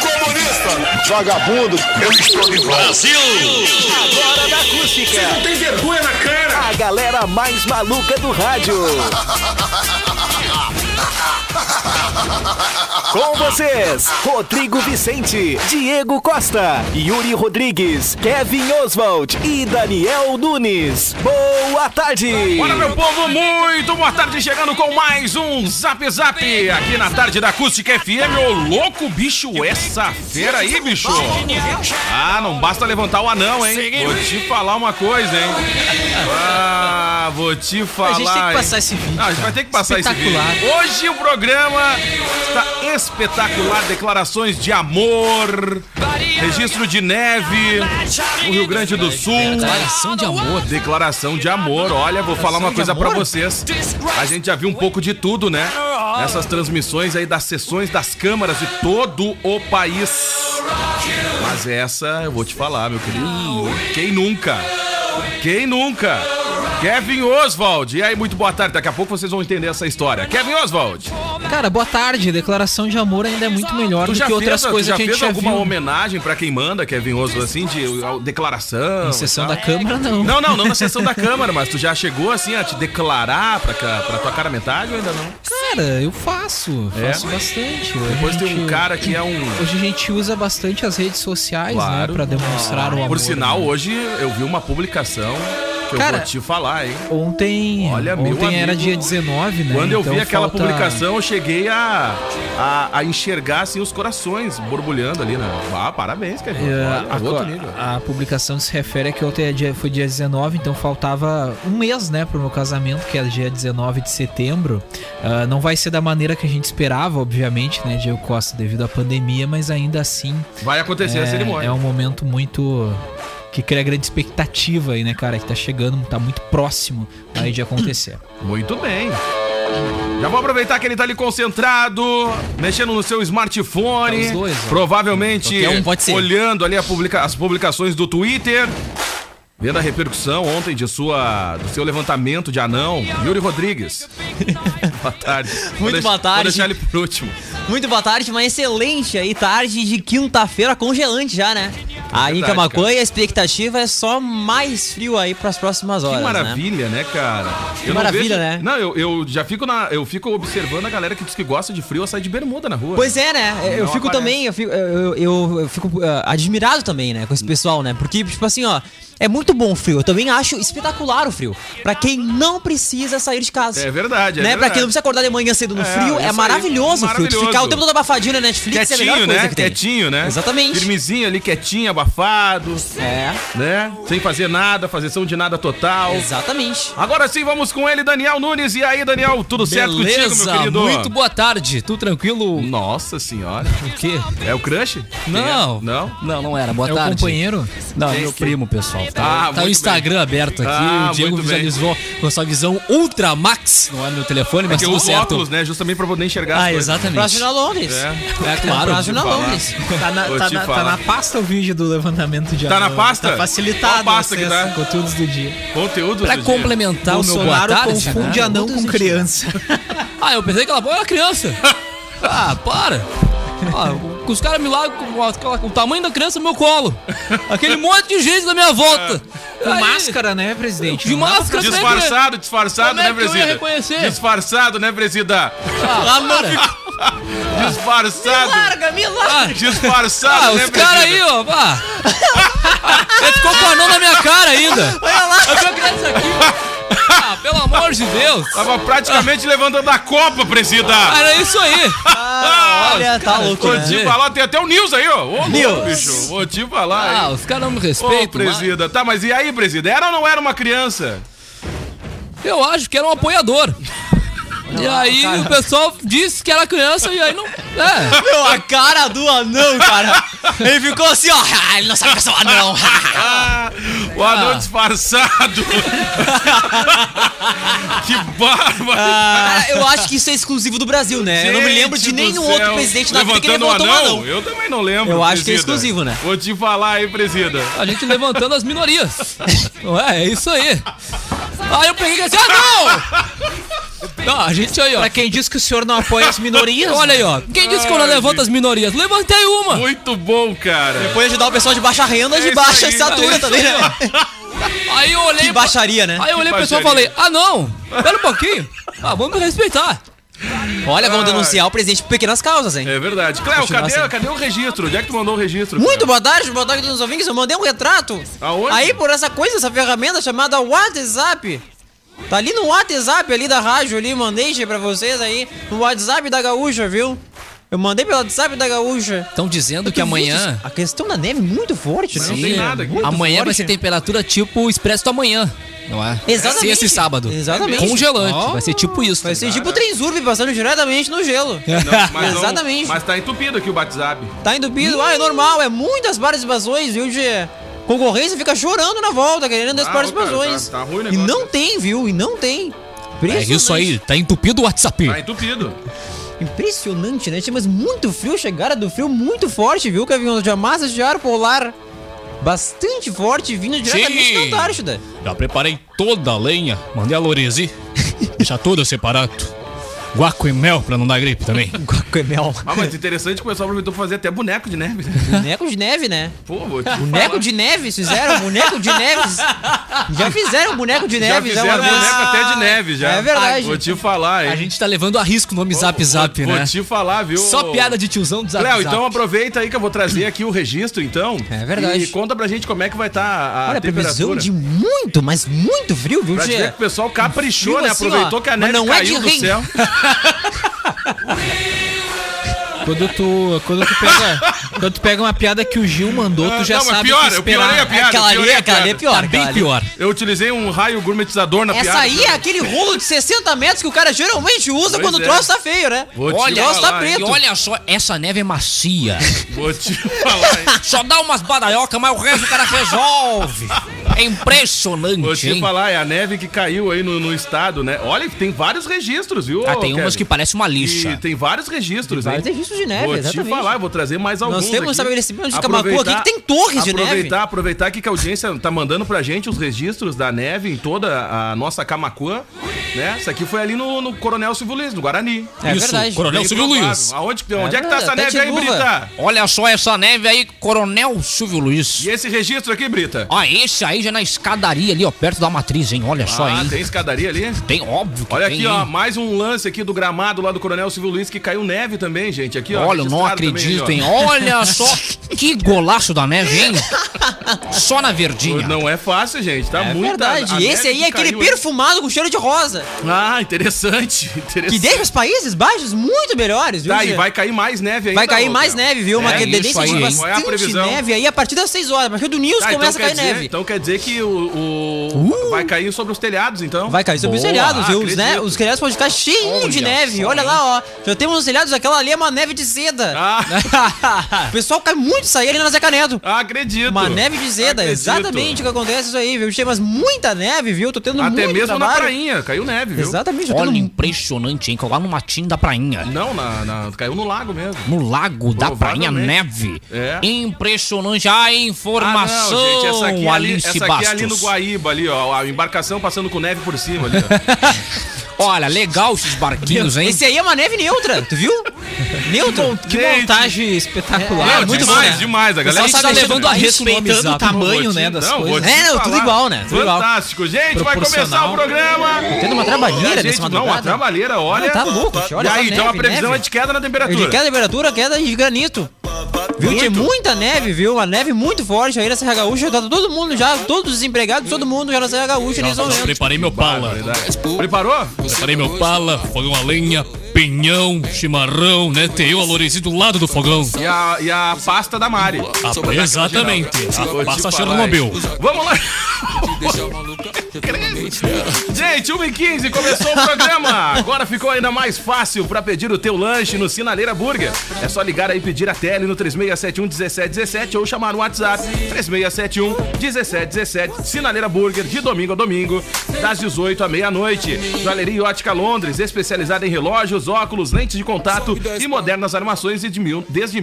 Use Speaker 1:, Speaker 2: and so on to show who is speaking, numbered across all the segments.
Speaker 1: comunista!
Speaker 2: Vagabundo, eu estou de volta.
Speaker 1: Brasil!
Speaker 3: Agora da acústica.
Speaker 1: Tem vergonha na cara!
Speaker 3: A galera mais maluca do rádio. Com vocês, Rodrigo Vicente, Diego Costa, Yuri Rodrigues, Kevin Oswald e Daniel Nunes. Boa tarde.
Speaker 4: Bora, meu povo, muito boa tarde, chegando com mais um Zap Zap aqui na tarde da Acústica FM. Ô, louco, bicho, essa fera aí, bicho. Ah, não basta levantar o anão, hein? Vou te falar uma coisa, hein? Ah, vou te falar.
Speaker 5: A gente tem que
Speaker 4: hein?
Speaker 5: passar esse vídeo.
Speaker 4: Não, a gente vai ter que passar esse vídeo.
Speaker 5: Espetacular.
Speaker 4: Hoje o programa está espetacular. Declarações de amor, registro de neve, o Rio Grande do Sul.
Speaker 5: Declaração de amor.
Speaker 4: Declaração de amor. Olha, vou falar uma
Speaker 5: de
Speaker 4: coisa pra
Speaker 5: amor?
Speaker 4: vocês. A gente já viu um pouco de tudo, né? Nessas transmissões aí das sessões das câmaras de todo o país. Mas essa eu vou te falar, meu querido. Quem nunca? Quem nunca? Kevin Oswald. E aí, muito boa tarde. Daqui a pouco vocês vão entender essa história. Kevin Oswald,
Speaker 5: Cara, boa tarde. Declaração de amor ainda é muito melhor
Speaker 4: tu
Speaker 5: do
Speaker 4: já
Speaker 5: que
Speaker 4: fez,
Speaker 5: outras
Speaker 4: tu
Speaker 5: coisas
Speaker 4: já
Speaker 5: que a gente
Speaker 4: fez
Speaker 5: já
Speaker 4: alguma
Speaker 5: viu.
Speaker 4: homenagem pra quem manda, Kevin Oswald, assim, de a- declaração?
Speaker 5: Em
Speaker 4: e
Speaker 5: sessão
Speaker 4: tal?
Speaker 5: da Câmara, não.
Speaker 4: Não, não, não na sessão da Câmara, mas tu já chegou assim a te declarar pra, ca- pra tua cara metade ou ainda não?
Speaker 5: Cara, eu faço.
Speaker 4: É?
Speaker 5: Faço bastante. Hoje
Speaker 4: Depois
Speaker 5: a
Speaker 4: tem um
Speaker 5: gente-
Speaker 4: cara que é um.
Speaker 5: Hoje a gente usa bastante as redes sociais,
Speaker 4: Claro.
Speaker 5: né? Pra demonstrar o amor.
Speaker 4: Por sinal,
Speaker 5: né?
Speaker 4: hoje eu vi uma publicação que eu
Speaker 5: Cara,
Speaker 4: vou te falar, hein?
Speaker 5: Ontem,
Speaker 4: Olha, meu
Speaker 5: ontem era
Speaker 4: amigo,
Speaker 5: dia 19, né?
Speaker 4: Quando eu
Speaker 5: Então
Speaker 4: vi aquela
Speaker 5: falta-
Speaker 4: publicação, eu cheguei a, a, a enxergar assim, os corações borbulhando ali, né? Ah, parabéns, Kevin.
Speaker 5: É,
Speaker 4: Olha,
Speaker 5: a,
Speaker 4: outro
Speaker 5: co-
Speaker 4: nível.
Speaker 5: a publicação se refere a que ontem é dia- foi dia 19, então faltava um mês, né, pro meu casamento, que é dia 19 de setembro. Ah, não vai ser da maneira que a gente esperava, obviamente, né, Diego Costa, devido à pandemia, mas ainda assim
Speaker 4: Vai acontecer a
Speaker 5: é,
Speaker 4: cerimônia.
Speaker 5: é um momento muito. que cria grande expectativa aí, né, cara, que tá chegando, tá muito próximo aí de acontecer.
Speaker 6: um-
Speaker 4: Muito bem. Já vou aproveitar que ele tá ali concentrado, mexendo no seu smartphone,
Speaker 5: Tá os dois, ó.
Speaker 4: provavelmente
Speaker 5: Qualquer um pode ser.
Speaker 4: olhando ali a publica- as publicações do Twitter. Vendo a repercussão ontem de sua, do seu levantamento de anão, Yuri Rodrigues. boa tarde. Vou
Speaker 6: Muito
Speaker 4: deix-
Speaker 6: boa tarde.
Speaker 4: Vou deixar ele por último.
Speaker 6: Muito boa tarde, uma excelente aí tarde de quinta-feira congelante já, né? Aí em
Speaker 4: verdade,
Speaker 6: Camacuã
Speaker 4: cara.
Speaker 6: e a expectativa é só mais frio aí pras próximas horas,
Speaker 4: Que
Speaker 6: né?
Speaker 4: maravilha, né, cara? Eu não
Speaker 6: maravilha, né?
Speaker 4: Não, eu, eu já fico na, eu fico observando a galera que diz que gosta de frio ou sai de bermuda na rua.
Speaker 6: Pois é, né? Eu
Speaker 4: Não
Speaker 6: fico
Speaker 4: aparece.
Speaker 6: também, eu fico, eu, eu- eu fico ah, admirado também, né, com esse pessoal, né? Porque, tipo assim, ó, é muito bom o frio. Eu também acho espetacular o frio. Pra quem não precisa sair de casa.
Speaker 4: É verdade, é
Speaker 6: né? Pra
Speaker 4: verdade.
Speaker 6: quem não precisa acordar de manhã cedo no
Speaker 4: É,
Speaker 6: frio,
Speaker 4: isso
Speaker 6: é
Speaker 4: aí,
Speaker 6: maravilhoso, o frio. Tu
Speaker 4: maravilhoso.
Speaker 6: ficar o tempo todo abafadinho na Netflix é a
Speaker 4: Quietinho,
Speaker 6: melhor coisa
Speaker 4: né?
Speaker 6: que tem.
Speaker 4: Quietinho, né?
Speaker 6: Exatamente.
Speaker 4: Firmezinho ali, quietinho, abafado,
Speaker 6: É,
Speaker 4: né? Sem fazer nada, fazer som de nada total.
Speaker 6: exatamente.
Speaker 4: Agora sim, vamos com ele, Daniel Nunes. E aí, Daniel, tudo certo contigo, meu querido?
Speaker 5: muito boa tarde. Tudo tranquilo?
Speaker 4: Nossa senhora.
Speaker 5: O quê?
Speaker 4: É o crush? Quem
Speaker 5: Não.
Speaker 4: é? Não?
Speaker 7: Não, não era. Boa
Speaker 5: É o
Speaker 7: tarde.
Speaker 5: companheiro?
Speaker 7: Não, é meu primo, pessoal.
Speaker 4: Ah,
Speaker 7: Tá,
Speaker 4: muito
Speaker 7: tá o Instagram aberto aqui.
Speaker 4: Ah,
Speaker 7: o Diego
Speaker 4: muito bem.
Speaker 7: visualizou com a sua visão Ultra Max. Não é meu telefone, mas
Speaker 4: Porque eu
Speaker 7: tudo
Speaker 4: uso
Speaker 7: certo.
Speaker 4: óculos, né? Justamente pra poder enxergar as
Speaker 7: Ah,
Speaker 4: coisas.
Speaker 7: exatamente.
Speaker 6: Próximo a Londres.
Speaker 7: É claro.
Speaker 6: Brasil na
Speaker 4: falar.
Speaker 6: Londres.
Speaker 5: Tá na,
Speaker 4: Vou
Speaker 5: tá
Speaker 4: te
Speaker 5: na- tá
Speaker 4: falar.
Speaker 5: na pasta o vídeo do levantamento de
Speaker 4: Tá na
Speaker 5: anão,
Speaker 4: pasta?
Speaker 5: Tá facilitado.
Speaker 4: Qual pasta que
Speaker 5: acesso,
Speaker 4: tá?
Speaker 5: Conteúdos do dia.
Speaker 4: Conteúdo
Speaker 7: Pra
Speaker 4: do dia.
Speaker 7: complementar o meu boa
Speaker 5: Bolsonaro
Speaker 7: tarde.
Speaker 5: confunde
Speaker 7: né?
Speaker 5: anão com criança.
Speaker 7: Ah, eu pensei que ela era uma criança. ah, para. Ah, o- os caras me largam com, a- com a- com o tamanho da criança no meu colo. Aquele monte de gente na minha volta.
Speaker 5: Com
Speaker 7: Aí-
Speaker 5: máscara, né, presidente?
Speaker 7: De
Speaker 5: Não dá pra-
Speaker 7: máscara,
Speaker 4: Disfarçado, disfarçado,
Speaker 7: Como é
Speaker 4: né,
Speaker 7: que eu ia
Speaker 4: presida?
Speaker 7: reconhecer?
Speaker 4: Disfarçado, né, presida?
Speaker 7: Ah, para.
Speaker 4: Disfarçado.
Speaker 7: Ah,
Speaker 4: Disfarçado,
Speaker 7: Ah,
Speaker 4: né,
Speaker 7: os caras aí, ó. pá. Ele ficou com o anão na minha cara ainda. Olha lá. Eu vou criar isso aqui. Ah, pelo amor de Deus.
Speaker 4: Tava praticamente levantando a copa, presida.
Speaker 7: Ah, Era isso aí.
Speaker 6: Olha, tá louco,
Speaker 4: Vou
Speaker 6: né?
Speaker 4: te falar, tem até o News aí, ó. Ô, News. bicho, vou te falar,
Speaker 7: Ah,
Speaker 4: hein.
Speaker 7: os caras não me
Speaker 4: Ô,
Speaker 7: respeitam. mas
Speaker 4: presida. Tá, mas e aí, presida? Era ou não era uma criança?
Speaker 7: eu acho que era um apoiador. E aí o pessoal disse que era criança e aí não. É.
Speaker 6: Meu, a cara do anão, cara. Ele ficou assim, ó. "Ah, Ele não sabe que eu sou um anão. Ah.
Speaker 4: Ah, O anão disfarçado! que barba!
Speaker 6: Cara, eu acho que isso é exclusivo do Brasil, né? Ah, eu não me lembro de
Speaker 4: Gente do
Speaker 6: nenhum
Speaker 4: céu.
Speaker 6: outro presidente da África que ele
Speaker 4: Levantando o
Speaker 6: levantou um
Speaker 4: anão?
Speaker 6: anão.
Speaker 4: Eu também não lembro.
Speaker 6: Eu acho que é exclusivo, né?
Speaker 4: Vou te falar aí, presida.
Speaker 7: A gente levantando as minorias. Não é? É isso aí. Aí eu peguei e disse, ah, não! Não, a gente aí, ó.
Speaker 5: Pra quem diz que o senhor não apoia as minorias.
Speaker 7: Olha aí, ó. Quem disse que eu não
Speaker 4: Ai,
Speaker 7: levanto
Speaker 4: gente.
Speaker 7: as minorias? Levantei uma!
Speaker 4: Muito bom, cara.
Speaker 6: Depois ajudar o pessoal de baixa renda,
Speaker 4: É
Speaker 6: de
Speaker 4: isso
Speaker 6: baixa
Speaker 4: aí, tá
Speaker 6: estatura
Speaker 7: é
Speaker 6: também, né?
Speaker 7: Aí eu olhei.
Speaker 6: Que baixaria, né?
Speaker 7: Aí eu olhei
Speaker 4: Que
Speaker 7: pro pessoal e falei,
Speaker 4: baixaria.
Speaker 7: ah não! Pera um pouquinho! Ah, vamos me respeitar!
Speaker 6: Olha, vamos denunciar o presidente por pequenas causas, hein?
Speaker 4: É verdade. Cléo,
Speaker 6: Continuar
Speaker 4: cadê,
Speaker 6: assim.
Speaker 4: cadê o registro? Onde é que tu mandou o registro? cara?
Speaker 6: Muito boa tarde, boa tarde nos ouvintes. Eu mandei um retrato.
Speaker 4: Aonde?
Speaker 6: Aí por essa coisa, essa ferramenta chamada WhatsApp. Tá ali no WhatsApp ali da rádio ali, mandei che, pra vocês aí. No WhatsApp da gaúcha, viu? Eu mandei pelo WhatsApp da gaúcha.
Speaker 7: Estão dizendo que amanhã.
Speaker 6: A questão da neve é muito forte, né?
Speaker 4: Não tem nada aqui.
Speaker 7: Amanhã vai ser
Speaker 6: forte.
Speaker 7: temperatura tipo expresso do amanhã. Não é?
Speaker 6: Exatamente.
Speaker 7: Sexta e sábado.
Speaker 6: Exatamente.
Speaker 7: Congelante.
Speaker 6: Ó.
Speaker 7: Vai ser tipo isso.
Speaker 6: Vai ser tipo o Trenzurbe passando diretamente no gelo.
Speaker 4: Não, mas não-
Speaker 6: Exatamente.
Speaker 4: mas tá entupido aqui o WhatsApp.
Speaker 6: Tá entupido, ah, é normal, é muitas participações, viu, de concorrência fica chorando na volta, querendo as
Speaker 4: Ah,
Speaker 6: participações.
Speaker 4: tá- tá ruim o
Speaker 6: e
Speaker 4: negócio.
Speaker 6: não tem, viu? E não tem.
Speaker 7: É isso aí, tá entupido o WhatsApp.
Speaker 4: Tá entupido.
Speaker 6: Impressionante, né? Tinha mas muito frio, chegada do frio muito forte, viu, Kevin? De massas de ar polar bastante forte, vindo diretamente
Speaker 7: Sim.
Speaker 6: da Antártida.
Speaker 7: Já preparei toda a lenha, mandei a Lorenzi. Deixar tudo separado. Guaco e mel pra não dar gripe também.
Speaker 6: Guacamel.
Speaker 4: Ah, mas interessante que o pessoal aproveitou pra fazer até boneco de neve. né?
Speaker 6: Boneco de neve, né?
Speaker 4: Pô, vou te falar.
Speaker 6: Boneco de neve, fizeram um boneco de neves. Já fizeram um boneco de
Speaker 4: Já
Speaker 6: neve, já,
Speaker 4: fizeram um
Speaker 6: uma vez.
Speaker 4: boneco até de neve, já.
Speaker 6: É verdade. é
Speaker 4: Vou te falar, hein.
Speaker 7: A gente tá levando a risco o nome Zap Zap,
Speaker 4: vou
Speaker 7: né?
Speaker 4: te falar, viu?
Speaker 7: Só piada de tiozão do Zap
Speaker 4: Léo,
Speaker 7: Zap.
Speaker 4: então aproveita aí que eu vou trazer aqui o registro, então.
Speaker 6: É verdade.
Speaker 4: E conta pra gente como é que vai estar a
Speaker 6: Olha, previsão
Speaker 4: temperatura.
Speaker 6: de muito, mas muito frio, viu,
Speaker 4: Pra dizer
Speaker 6: Tia?
Speaker 4: que o pessoal caprichou,
Speaker 6: Frio
Speaker 4: né?
Speaker 6: assim,
Speaker 4: Aproveitou
Speaker 6: ó,
Speaker 4: que a
Speaker 6: mas
Speaker 4: neve
Speaker 6: não é
Speaker 4: caiu
Speaker 6: de
Speaker 4: do
Speaker 6: rim.
Speaker 4: céu.
Speaker 5: Quando tu, quando tu pega, quando tu pega uma piada que o Gil mandou, tu já
Speaker 4: Ah, não, mas
Speaker 5: sabe o
Speaker 4: pior,
Speaker 5: que
Speaker 4: eu piorei a
Speaker 5: esperar.
Speaker 4: piada.
Speaker 6: Aquela
Speaker 4: eu
Speaker 6: ali,
Speaker 4: piorei a
Speaker 6: aquela ali é
Speaker 4: piada.
Speaker 6: pior.
Speaker 7: tá bem
Speaker 6: aquela ali.
Speaker 7: pior.
Speaker 4: Eu utilizei um raio gourmetizador na
Speaker 6: Essa
Speaker 4: piada.
Speaker 6: aí é aquele rolo de 60 metros que o cara geralmente usa
Speaker 4: Pois é.
Speaker 6: quando o troço tá feio, né?
Speaker 4: Vou te
Speaker 6: o troço tá
Speaker 4: falar, hein?
Speaker 6: preto.
Speaker 7: E olha só, essa neve é macia.
Speaker 4: Vou te falar, hein?
Speaker 7: Só dá umas badaiocas, mas o resto o cara resolve. É
Speaker 4: Vou
Speaker 7: impressionante,
Speaker 4: te
Speaker 7: hein?
Speaker 4: falar, é a neve que caiu aí no, no estado, né? Olha, tem vários registros, viu?
Speaker 7: Ah, tem
Speaker 4: ô,
Speaker 7: umas que
Speaker 4: Kevin?
Speaker 7: parecem uma
Speaker 4: E
Speaker 7: lixa.
Speaker 4: tem vários registros,
Speaker 6: Mas
Speaker 4: hein?
Speaker 6: tem risco de neve,
Speaker 4: vou
Speaker 6: exatamente.
Speaker 4: te falar, eu vou trazer mais alguns
Speaker 6: Nós temos
Speaker 4: aqui.
Speaker 6: um estabelecimento de Camacuã aqui que tem torres de neve.
Speaker 4: Aproveitar, aproveitar aqui que a audiência tá mandando pra gente os registros da neve em toda a nossa Camacuã, né? Isso aqui foi ali no, no Coronel Silvio Luiz, no Guarani.
Speaker 6: É verdade.
Speaker 7: Coronel
Speaker 4: Bem
Speaker 7: Silvio
Speaker 4: provável.
Speaker 7: Luiz.
Speaker 4: Aonde, que- onde é, que tá
Speaker 6: verdade,
Speaker 4: essa
Speaker 6: até
Speaker 4: neve aí,
Speaker 6: Timbuva.
Speaker 4: Brita?
Speaker 7: Olha só essa neve aí, Coronel Silvio Luiz.
Speaker 4: E esse registro aqui, Brita?
Speaker 7: Ó, esse aí já é na escadaria ali, ó, perto da matriz, hein? Olha só,
Speaker 4: ah,
Speaker 7: hein?
Speaker 4: tem escadaria ali?
Speaker 7: Tem óbvio que
Speaker 4: Olha
Speaker 7: tem,
Speaker 4: aqui, ó,
Speaker 7: hein?
Speaker 4: mais um lance aqui do gramado lá do Coronel Silvio Luiz que caiu neve também, gente. Aqui, ó.
Speaker 7: Olha, eu não
Speaker 4: registrado também,
Speaker 7: acredito,
Speaker 4: ó.
Speaker 7: hein? Olha só que golaço da neve, hein? Só na verdinha.
Speaker 4: Não é fácil, gente. Tá
Speaker 6: É
Speaker 4: muito
Speaker 6: verdade. Esse aí é aquele perfumado com cheiro de rosa.
Speaker 4: Ah, interessante.
Speaker 6: Que
Speaker 4: interessante.
Speaker 6: deixa os países baixos muito melhores, viu?
Speaker 4: Tá, e
Speaker 6: Tia?
Speaker 4: vai cair mais neve ainda.
Speaker 6: Vai cair
Speaker 4: ô,
Speaker 6: mais
Speaker 4: Cléo.
Speaker 6: neve, viu? Uma
Speaker 7: É isso
Speaker 6: tendência
Speaker 7: aí,
Speaker 6: de
Speaker 7: hein?
Speaker 4: Qual é a
Speaker 6: bastante
Speaker 4: previsão?
Speaker 6: neve aí a partir das 6 horas. A partir do News
Speaker 4: Ah, então
Speaker 6: começa a
Speaker 4: quer
Speaker 6: cair
Speaker 4: dizer-
Speaker 6: neve. Uh!
Speaker 4: Então quer dizer que o. o- Vai cair sobre os telhados, então?
Speaker 6: Vai cair sobre os
Speaker 7: Boa,
Speaker 6: telhados, viu? Os, né,
Speaker 4: acredito.
Speaker 6: os telhados podem ficar cheios de
Speaker 7: Olha
Speaker 6: neve.
Speaker 7: só,
Speaker 6: Olha
Speaker 7: hein?
Speaker 6: lá, ó. Já temos os telhados, aquela ali é uma neve de seda.
Speaker 4: Ah,
Speaker 6: O pessoal cai É muito isso aí ali na Zeca Neto.
Speaker 4: acredito.
Speaker 6: Uma neve de seda,
Speaker 4: Acredito.
Speaker 6: exatamente o que acontece isso aí, viu? Tinha mas muita neve, viu? Tô tendo
Speaker 4: Até
Speaker 6: muito
Speaker 4: mesmo na
Speaker 6: trabalho.
Speaker 4: prainha, caiu neve, viu?
Speaker 6: Exatamente, tô
Speaker 7: Olha,
Speaker 6: tendo...
Speaker 7: impressionante, hein? Lá no matinho da prainha.
Speaker 4: Não, na, na- caiu no lago mesmo.
Speaker 7: No lago da
Speaker 4: Provavelmente.
Speaker 7: Prainha Neve.
Speaker 4: É.
Speaker 7: Impressionante a
Speaker 4: Ah,
Speaker 7: informação,
Speaker 4: não, gente, essa aqui, é ali,
Speaker 7: Alice
Speaker 4: essa aqui é
Speaker 7: Bastos.
Speaker 4: ali no Guaíba, ali, ó. A embarcação passando com neve por cima ali, ó.
Speaker 7: Olha, legal esses barquinhos, hein?
Speaker 6: Esse aí é uma neve neutra, tu viu? neutra.
Speaker 5: Que
Speaker 4: Gente.
Speaker 5: montagem espetacular.
Speaker 4: Não,
Speaker 6: muito
Speaker 4: demais,
Speaker 6: bom, né?
Speaker 4: demais. A
Speaker 7: Pessoal
Speaker 4: galera
Speaker 7: sabe
Speaker 4: tá
Speaker 7: levando
Speaker 4: né?
Speaker 7: a risco o nome
Speaker 5: respeitando o
Speaker 7: Zap.
Speaker 4: Não,
Speaker 5: tamanho,
Speaker 4: vou te-
Speaker 5: né, das
Speaker 4: não, vou
Speaker 5: coisas.
Speaker 4: te
Speaker 6: É, não, tudo
Speaker 4: falar.
Speaker 6: igual, né? Tudo igual.
Speaker 4: Fantástico. Gente, vai começar o
Speaker 5: Proporcional.
Speaker 4: programa.
Speaker 6: Tendo uma
Speaker 4: Ah,
Speaker 6: trabalheira
Speaker 4: gente,
Speaker 6: nessa
Speaker 4: não,
Speaker 6: madrugada.
Speaker 4: uma trabalheira, olha.
Speaker 6: Ah, tá louco, tio, olha
Speaker 4: e
Speaker 6: só,
Speaker 4: aí, então
Speaker 6: neve,
Speaker 4: a previsão
Speaker 6: neve.
Speaker 4: é de queda na temperatura.
Speaker 6: De queda de temperatura, queda de granito. Viu? Tinha muita neve, viu? Uma neve muito forte aí na Serra Gaúcha. Tá todo mundo já, todos os empregados, todo mundo já na Serra Gaúcha nesse momento.
Speaker 7: Preparei meu pala.
Speaker 4: tá. Preparou?
Speaker 7: Preparei meu pala, fogão a lenha, pinhão, chimarrão, né? Tem eu a Lorenzi do lado do fogão.
Speaker 4: E a, e a pasta da Mari.
Speaker 7: Ah, exatamente.
Speaker 4: Vou te
Speaker 7: Passa
Speaker 4: falar,
Speaker 7: Chernobyl.
Speaker 4: hein. Vamos lá.
Speaker 8: Te deixa maluca, já tô na mente dela.
Speaker 4: Gente, 1h15, começou o programa. Agora ficou ainda mais fácil para pedir o teu lanche no Sinaleira Burger. É só ligar aí e pedir a tele no 3671-1717 ou chamar no WhatsApp 3671-1717 Sinaleira Burger, de domingo a domingo, das 18 à meia-noite. Joalheria e Ótica Londres, especializada em relógios, óculos, lentes de contato e modernas armações de mil- desde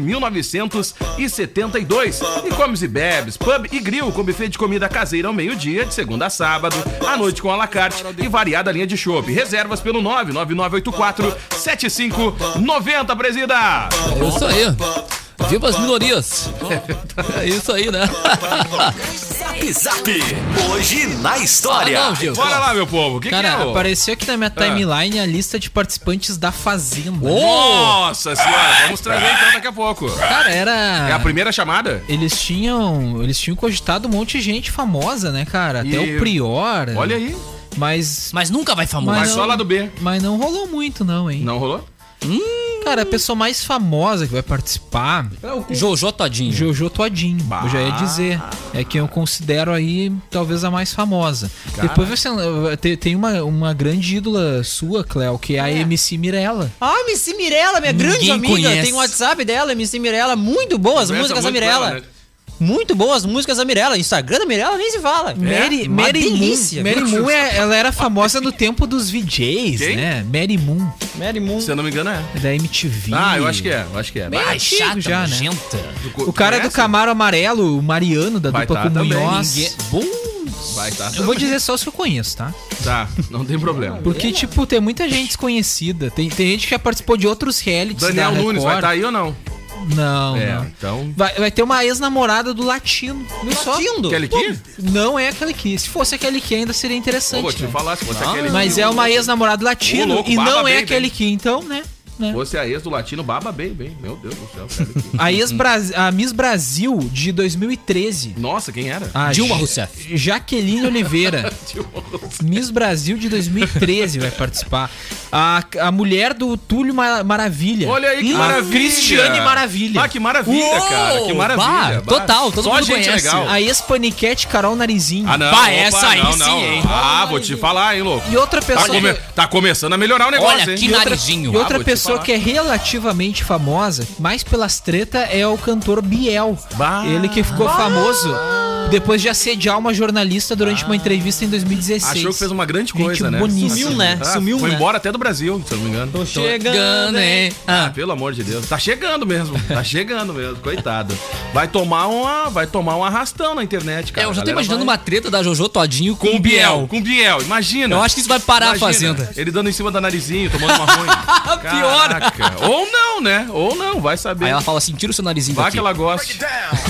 Speaker 4: 1972. E comes e bebes, pub e grill com buffet de comida caseira ao meio-dia, de segunda a sábado, à noite com alacarte e variada linha de chopp. Reservas pelo 99984-7590, presida!
Speaker 7: É isso aí. Viva as minorias. É isso aí, né?
Speaker 3: Zap Zap, hoje na
Speaker 7: Ah,
Speaker 3: história.
Speaker 7: não, Gil.
Speaker 4: Bora lá, meu povo, o que, que é?
Speaker 5: Cara,
Speaker 4: ô?
Speaker 5: apareceu aqui na minha timeline a lista de participantes da Fazenda.
Speaker 4: Nossa senhora, vamos trazer então daqui a pouco.
Speaker 5: Cara,
Speaker 4: É
Speaker 5: era.
Speaker 4: a primeira chamada?
Speaker 5: Eles tinham. Eles tinham cogitado um monte de gente famosa, né, cara? Até
Speaker 4: E-
Speaker 5: o Prior.
Speaker 4: Olha aí,
Speaker 5: Mas.
Speaker 7: Mas nunca vai famoso.
Speaker 4: mas só lá do B.
Speaker 5: Mas não rolou muito, não, hein?
Speaker 4: Não rolou?
Speaker 5: Cara, a pessoa mais famosa que vai participar
Speaker 4: É
Speaker 7: Jojo Todinho.
Speaker 5: Jojo Todinho, eu já ia dizer. É quem eu considero aí talvez a mais famosa. Depois você tem, tem uma, uma grande ídola sua, Cléo, que é a MC Mirella.
Speaker 6: Ah, MC Mirella, minha grande
Speaker 7: Ninguém
Speaker 6: amiga.
Speaker 7: conhece.
Speaker 6: Tem o WhatsApp dela, MC Mirella. Muito boas
Speaker 4: Conversa
Speaker 6: músicas da
Speaker 4: muito com
Speaker 6: Mirella.
Speaker 4: ela, né?
Speaker 6: Muito boas músicas da Mirella. Instagram da Mirella nem se
Speaker 5: É.
Speaker 6: fala.
Speaker 5: Mary,
Speaker 6: Uma
Speaker 5: Mary Moon.
Speaker 6: delícia.
Speaker 5: Mary Moon, é- ela era famosa no tempo dos VJs,
Speaker 4: Quem?
Speaker 5: né? Mary Moon,
Speaker 6: Mary Moon.
Speaker 4: Se eu não me engano, é.
Speaker 5: da MTV.
Speaker 4: Ah, eu acho que é, eu acho que é.
Speaker 5: Bem
Speaker 7: Ai,
Speaker 5: antigo
Speaker 7: chata,
Speaker 5: já, né?
Speaker 7: nojenta.
Speaker 5: O cara é do Camaro Amarelo, o Mariano, da
Speaker 4: Vai
Speaker 5: dupla
Speaker 4: tá
Speaker 5: com
Speaker 4: também.
Speaker 5: Munhoz.
Speaker 7: Ninguém-
Speaker 4: Vai, tá.
Speaker 5: Eu vou dizer só os que eu conheço, tá?
Speaker 4: Tá, não tem problema.
Speaker 5: Porque, tipo, tem muita gente desconhecida. Tem, tem gente que já participou de outros realities
Speaker 4: Daniel
Speaker 5: da Record.
Speaker 4: Nunes vai estar aí ou não?
Speaker 5: Não,
Speaker 4: É,
Speaker 5: não.
Speaker 4: então.
Speaker 5: Vai, vai ter uma ex-namorada do Latino. Viu só?
Speaker 6: Latindo.
Speaker 4: Kelly Key?
Speaker 5: Não é aquele que. Se fosse aquele que ainda seria
Speaker 4: Pô,
Speaker 5: interessante.
Speaker 4: vou te
Speaker 5: né?
Speaker 4: falar, se fosse aquele.
Speaker 5: Mas é uma ex-namorada do
Speaker 4: Ô,
Speaker 5: latino
Speaker 4: louco,
Speaker 5: e
Speaker 4: baba
Speaker 5: não é
Speaker 4: bem,
Speaker 5: aquele
Speaker 4: bem.
Speaker 5: que, então, né? né?
Speaker 4: Se fosse a ex do latino, baba bem, bem. Meu Deus do céu, Kelly Key.
Speaker 5: A, ex -Bras... a Miss Brasil de 2013.
Speaker 4: Nossa, quem era?
Speaker 5: A
Speaker 7: Dilma
Speaker 5: Ja-
Speaker 7: Rousseff.
Speaker 5: Jaqueline Oliveira. Miss Brasil de 2013 vai participar. A, a mulher do Túlio Ma- Maravilha.
Speaker 4: Olha aí que
Speaker 5: a
Speaker 4: maravilha.
Speaker 5: é. Ah, Cristiane Maravilha.
Speaker 4: Ah, que maravilha,
Speaker 7: Uou,
Speaker 4: cara. Que maravilha.
Speaker 7: bah,
Speaker 4: bah.
Speaker 7: total, todo
Speaker 4: Só
Speaker 7: mundo
Speaker 4: gente
Speaker 7: conhece.
Speaker 4: legal.
Speaker 5: A ex-paniquete Carol Narizinho.
Speaker 4: Ah, não.
Speaker 7: Bah, essa aí
Speaker 4: não,
Speaker 7: sim,
Speaker 4: não.
Speaker 7: hein.
Speaker 4: Ah, vou te falar, hein, louco.
Speaker 5: E outra
Speaker 4: Tá,
Speaker 5: pessoa.
Speaker 4: come-
Speaker 5: que-
Speaker 4: tá começando a melhorar o negócio,
Speaker 7: Olha,
Speaker 4: hein?
Speaker 7: que
Speaker 4: E outra-
Speaker 7: narizinho.
Speaker 5: E outra
Speaker 4: Ah, vou te
Speaker 5: pessoa
Speaker 4: falar.
Speaker 5: que é relativamente famosa, mais pelas treta, é o cantor Biel.
Speaker 4: Bah.
Speaker 5: Ele que ficou famoso depois de assediar uma jornalista durante uma entrevista em 2016.
Speaker 4: Ah. Achou que fez uma grande
Speaker 5: Gente
Speaker 4: coisa, né?
Speaker 5: boníssima.
Speaker 6: Sumiu, né?
Speaker 4: Ah,
Speaker 6: Sumiu,
Speaker 4: Foi
Speaker 6: né?
Speaker 4: embora até do Brasil, se eu não me engano.
Speaker 6: Tô chegando,
Speaker 7: Chegando,
Speaker 6: hein?
Speaker 7: hein? Ah,
Speaker 4: Pelo amor de Deus. Tá chegando mesmo. Tá chegando mesmo, coitado. Vai tomar uma, vai tomar um arrastão na internet, cara.
Speaker 7: É, eu já tô
Speaker 4: A galera
Speaker 7: imaginando
Speaker 4: vai-
Speaker 7: uma treta da Jojo Todinho com,
Speaker 4: com
Speaker 7: o Biel.
Speaker 4: Com o Biel, imagina.
Speaker 7: Eu acho que isso vai parar
Speaker 4: Imagina,
Speaker 7: a fazenda.
Speaker 4: Ele dando em cima da narizinho, tomando uma ruim. Pior. Ou não, né? Ou não, vai saber.
Speaker 7: Aí ela fala assim, tira o seu narizinho
Speaker 4: Vai
Speaker 7: daqui.
Speaker 4: que ela goste.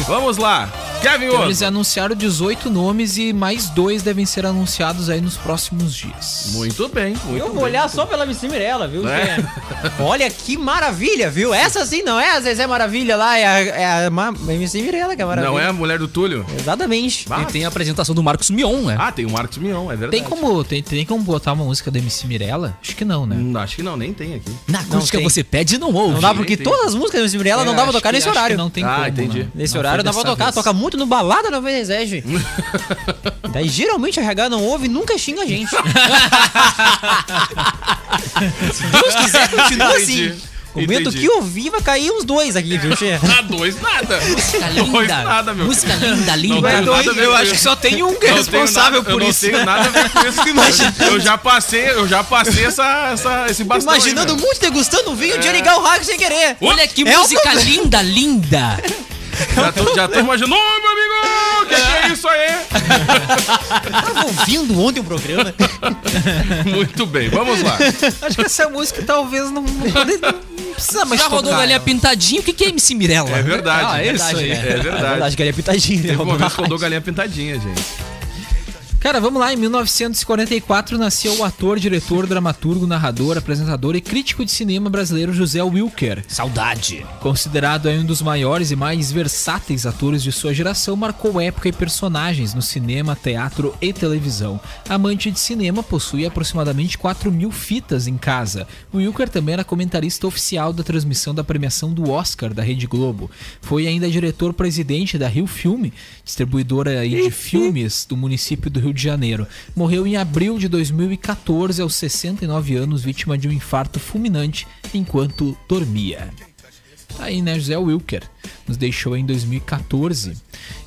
Speaker 4: Vamos lá. Kevin
Speaker 5: Eles
Speaker 4: Oso.
Speaker 5: anunciaram 18 nomes e mais dois devem ser anunciados aí nos próximos dias.
Speaker 4: Muito bem, muito
Speaker 6: Eu
Speaker 4: bem.
Speaker 6: vou olhar só pela MC Mirella, viu?
Speaker 5: É.
Speaker 4: Né?
Speaker 6: Zé? Olha que maravilha, viu? Essa sim não é a Zezé Maravilha lá, é a, é a Ma- MC Mirella que é a maravilha.
Speaker 4: Não é a mulher do Túlio?
Speaker 6: Exatamente.
Speaker 4: Ah,
Speaker 7: E tem a apresentação do Marcos Mion, né?
Speaker 4: Ah, tem o Marcos Mion, é verdade.
Speaker 5: Tem como, tem, tem como botar uma música da MC Mirella? Acho que não, né?
Speaker 4: Hum, Acho que não, nem tem aqui.
Speaker 7: Na acústica
Speaker 6: tem.
Speaker 7: você pede e não ouve.
Speaker 6: Não dá porque todas as músicas da MC Mirella não
Speaker 5: É,
Speaker 6: dava
Speaker 5: acho
Speaker 6: tocar
Speaker 5: que-
Speaker 6: nesse
Speaker 5: acho que
Speaker 6: horário.
Speaker 5: Não tem
Speaker 4: Ah,
Speaker 5: como,
Speaker 4: entendi.
Speaker 5: né?
Speaker 6: Nesse
Speaker 5: Não
Speaker 6: horário
Speaker 5: foi
Speaker 6: dava
Speaker 5: dessa
Speaker 6: tocar,
Speaker 5: vez.
Speaker 6: toca muito no Balada 96. Daí geralmente a RH não ouve e nunca xinga a gente. Se Deus quiser, continua
Speaker 4: Entendi.
Speaker 6: assim. Com medo
Speaker 4: Entendi.
Speaker 6: que ouvir, vai cair uns dois aqui, viu, Tchê?
Speaker 4: Ah, dois nada.
Speaker 7: Música linda.
Speaker 4: Dois nada, meu
Speaker 7: música linda,
Speaker 4: Não
Speaker 7: linda.
Speaker 4: tem nada a ver com isso.
Speaker 5: só tem um que
Speaker 4: Não tenho nada- Eu não tenho nada a ver com isso. Eu, eu já passei, eu já passei essa, essa- esse bastão.
Speaker 6: Imaginando
Speaker 4: aí, velho.
Speaker 6: muito degustando um vinho de ligar o rádio sem querer.
Speaker 7: Olha que
Speaker 6: É o
Speaker 7: música linda, linda.
Speaker 4: Já tô, já tô imaginando. Ô, meu amigo, o que, que é isso aí?
Speaker 6: Tava ouvindo ontem o programa.
Speaker 4: Muito bem, vamos lá.
Speaker 5: Acho que essa música talvez não, não, pode- não precisa mais
Speaker 7: Já rodou
Speaker 5: tocar. né?
Speaker 7: galinha pintadinha. O que que é MC Mirella?
Speaker 4: É verdade.
Speaker 5: Ah, é isso
Speaker 4: É
Speaker 5: aí.
Speaker 4: verdade. um
Speaker 6: Acho que ele é pitadinho, né?
Speaker 4: Teve uma
Speaker 6: Rodou
Speaker 4: vez que
Speaker 6: na
Speaker 4: eu dou
Speaker 6: rádio.
Speaker 4: galinha pintadinha, gente.
Speaker 5: Cara, vamos lá. Em 1944 nasceu o ator, diretor, dramaturgo, narrador, apresentador e crítico de cinema brasileiro José Wilker.
Speaker 9: Saudade.
Speaker 5: Considerado aí um dos maiores e mais versáteis atores de sua geração, marcou época e personagens no cinema, teatro e televisão. Amante de cinema, possui aproximadamente 4 mil fitas em casa. Wilker também era comentarista oficial da transmissão da premiação do Oscar da Rede Globo. Foi ainda diretor-presidente da Rio Filme, distribuidora aí de filmes do município do Rio de Janeiro. Morreu em abril de 2014, aos 69 anos, vítima de um infarto fulminante enquanto dormia. Tá aí, né? José Wilker nos deixou em 2014.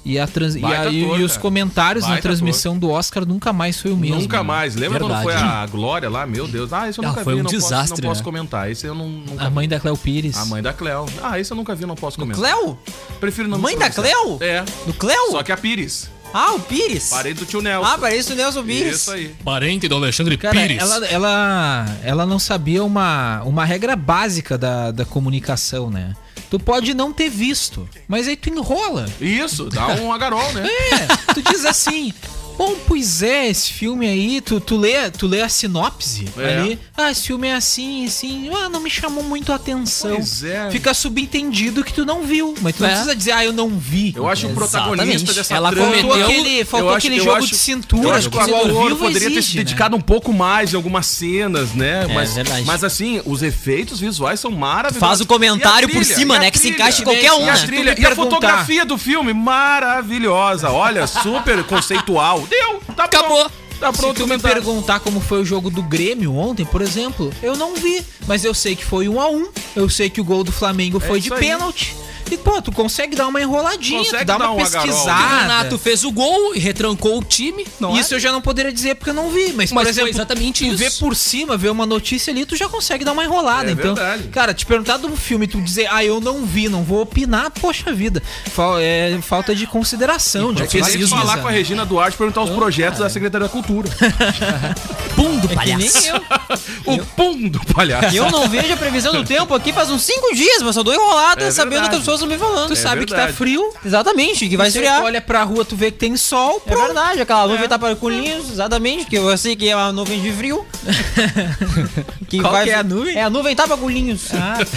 Speaker 5: E, a trans... e,
Speaker 4: Baita
Speaker 5: a- e-
Speaker 4: ator,
Speaker 5: e os
Speaker 4: cara.
Speaker 5: comentários na
Speaker 4: Baita
Speaker 5: transmissão do Oscar nunca mais foi o mesmo.
Speaker 4: Nunca mais. Lembra quando foi
Speaker 7: Verdade.
Speaker 4: a Glória lá? Meu Deus. Ah, isso eu
Speaker 7: Ah,
Speaker 4: nunca
Speaker 7: foi
Speaker 4: vi.
Speaker 7: um
Speaker 4: não posso,
Speaker 7: desastre,
Speaker 4: não posso
Speaker 7: né?
Speaker 4: comentar. Isso eu não, nunca
Speaker 5: A mãe da Cléo Pires.
Speaker 4: A mãe da Cleo. Ah, isso eu nunca vi, não posso comentar.
Speaker 6: Cléo?
Speaker 4: Prefiro não
Speaker 6: Mãe da
Speaker 4: pronunciar.
Speaker 6: Cleo?
Speaker 4: É.
Speaker 6: Do Cléo?
Speaker 4: Só que a Pires.
Speaker 6: Ah, o Pires.
Speaker 4: Parei do tio Nelson.
Speaker 6: Ah, parece o Nelson Pires.
Speaker 4: Isso aí.
Speaker 7: Parente do Alexandre
Speaker 5: Cara,
Speaker 7: Pires.
Speaker 5: ela, ela, ela não sabia uma, uma regra básica da, da comunicação, né? Tu pode não ter visto, mas aí tu enrola.
Speaker 4: Isso, dá um agarol, né?
Speaker 5: É, tu diz assim. Bom, pois é, esse filme aí, tu, tu, lê, tu lê a sinopse
Speaker 4: É.
Speaker 5: ali. Ah, esse filme é assim, assim. Ah, não me chamou muito a atenção.
Speaker 4: Pois é.
Speaker 5: Fica subentendido que tu não viu. Mas tu não
Speaker 7: É.
Speaker 5: precisa dizer, ah, eu não vi.
Speaker 4: Eu acho o protagonista
Speaker 7: Exatamente.
Speaker 4: dessa
Speaker 7: Ela
Speaker 4: trama-
Speaker 7: cometeu-
Speaker 5: Faltou
Speaker 7: Eu-
Speaker 5: aquele, faltou
Speaker 4: eu acho-
Speaker 5: aquele
Speaker 4: eu
Speaker 5: jogo
Speaker 4: acho-
Speaker 5: de cintura.
Speaker 4: Eu acho que o
Speaker 5: porque ao
Speaker 4: Aurora
Speaker 5: vivo
Speaker 4: poderia ter
Speaker 5: existe,
Speaker 4: se
Speaker 5: né?
Speaker 4: dedicado um pouco mais em algumas cenas, né? mas,
Speaker 7: verdade.
Speaker 4: mas assim, os efeitos visuais são maravilhosos.
Speaker 6: Faz o comentário
Speaker 4: E a trilha,
Speaker 6: por cima,
Speaker 4: e a
Speaker 6: né, que se
Speaker 4: trilha,
Speaker 6: encaixe em qualquer
Speaker 4: e
Speaker 6: um,
Speaker 4: a
Speaker 6: né?
Speaker 4: trilha,
Speaker 5: Tu me
Speaker 4: e a
Speaker 5: perguntar.
Speaker 4: fotografia do filme, maravilhosa. Olha, super conceitual. Deu, tá bom.
Speaker 7: Acabou.
Speaker 4: Tá
Speaker 5: Se
Speaker 4: pronto
Speaker 5: tu
Speaker 4: o
Speaker 5: me
Speaker 4: comentário.
Speaker 5: perguntar como foi o jogo do Grêmio ontem, por exemplo, eu não vi, mas eu sei que foi 1 a 1 eu sei que o gol do Flamengo foi de
Speaker 4: É isso aí.
Speaker 5: pênalti. E, pô, tu consegue dar uma enroladinha,
Speaker 4: Consegue
Speaker 5: tu dá
Speaker 4: dar
Speaker 5: uma
Speaker 4: uma garola. né?
Speaker 7: O
Speaker 4: Ah,
Speaker 5: pesquisada.
Speaker 7: Renato fez o gol e retrancou o time. é Não é?
Speaker 5: Isso eu já não poderia dizer porque eu não vi, mas,
Speaker 7: Mas
Speaker 5: por
Speaker 7: foi
Speaker 5: exemplo,
Speaker 7: exatamente
Speaker 5: tu
Speaker 7: isso.
Speaker 5: vê por cima, vê uma notícia ali, tu já consegue dar uma enrolada.
Speaker 4: É
Speaker 5: então,
Speaker 4: verdade.
Speaker 5: cara, te perguntar do filme, tu dizer, ah, eu não vi, não vou opinar, poxa vida, Fal- é falta de consideração, de
Speaker 4: Eu queria
Speaker 5: profissionalismo.
Speaker 4: falar com a Regina Duarte perguntar os
Speaker 5: Ah,
Speaker 4: projetos da Secretaria da Cultura.
Speaker 7: Pum do
Speaker 6: Que
Speaker 7: palhaço.
Speaker 6: nem eu.
Speaker 4: o pum do palhaço.
Speaker 6: Eu não vejo a previsão do tempo aqui faz uns 5 dias, mas só dou enrolada
Speaker 4: É
Speaker 6: sabendo o que
Speaker 4: verdade.
Speaker 6: as pessoas estão me falando.
Speaker 5: Tu
Speaker 4: É
Speaker 5: sabe que
Speaker 4: verdade.
Speaker 5: tá frio,
Speaker 6: Exatamente, que vai
Speaker 5: Você
Speaker 6: esfriar.
Speaker 5: olha pra rua, tu vê que tem sol,
Speaker 6: É
Speaker 5: pronto.
Speaker 6: verdade, aquela nuvem tá para colinhos, exatamente, que eu sei que é uma nuvem de frio. que
Speaker 5: Qual que é a nuvem? Ah,
Speaker 6: É, a nuvem tapa colinhos.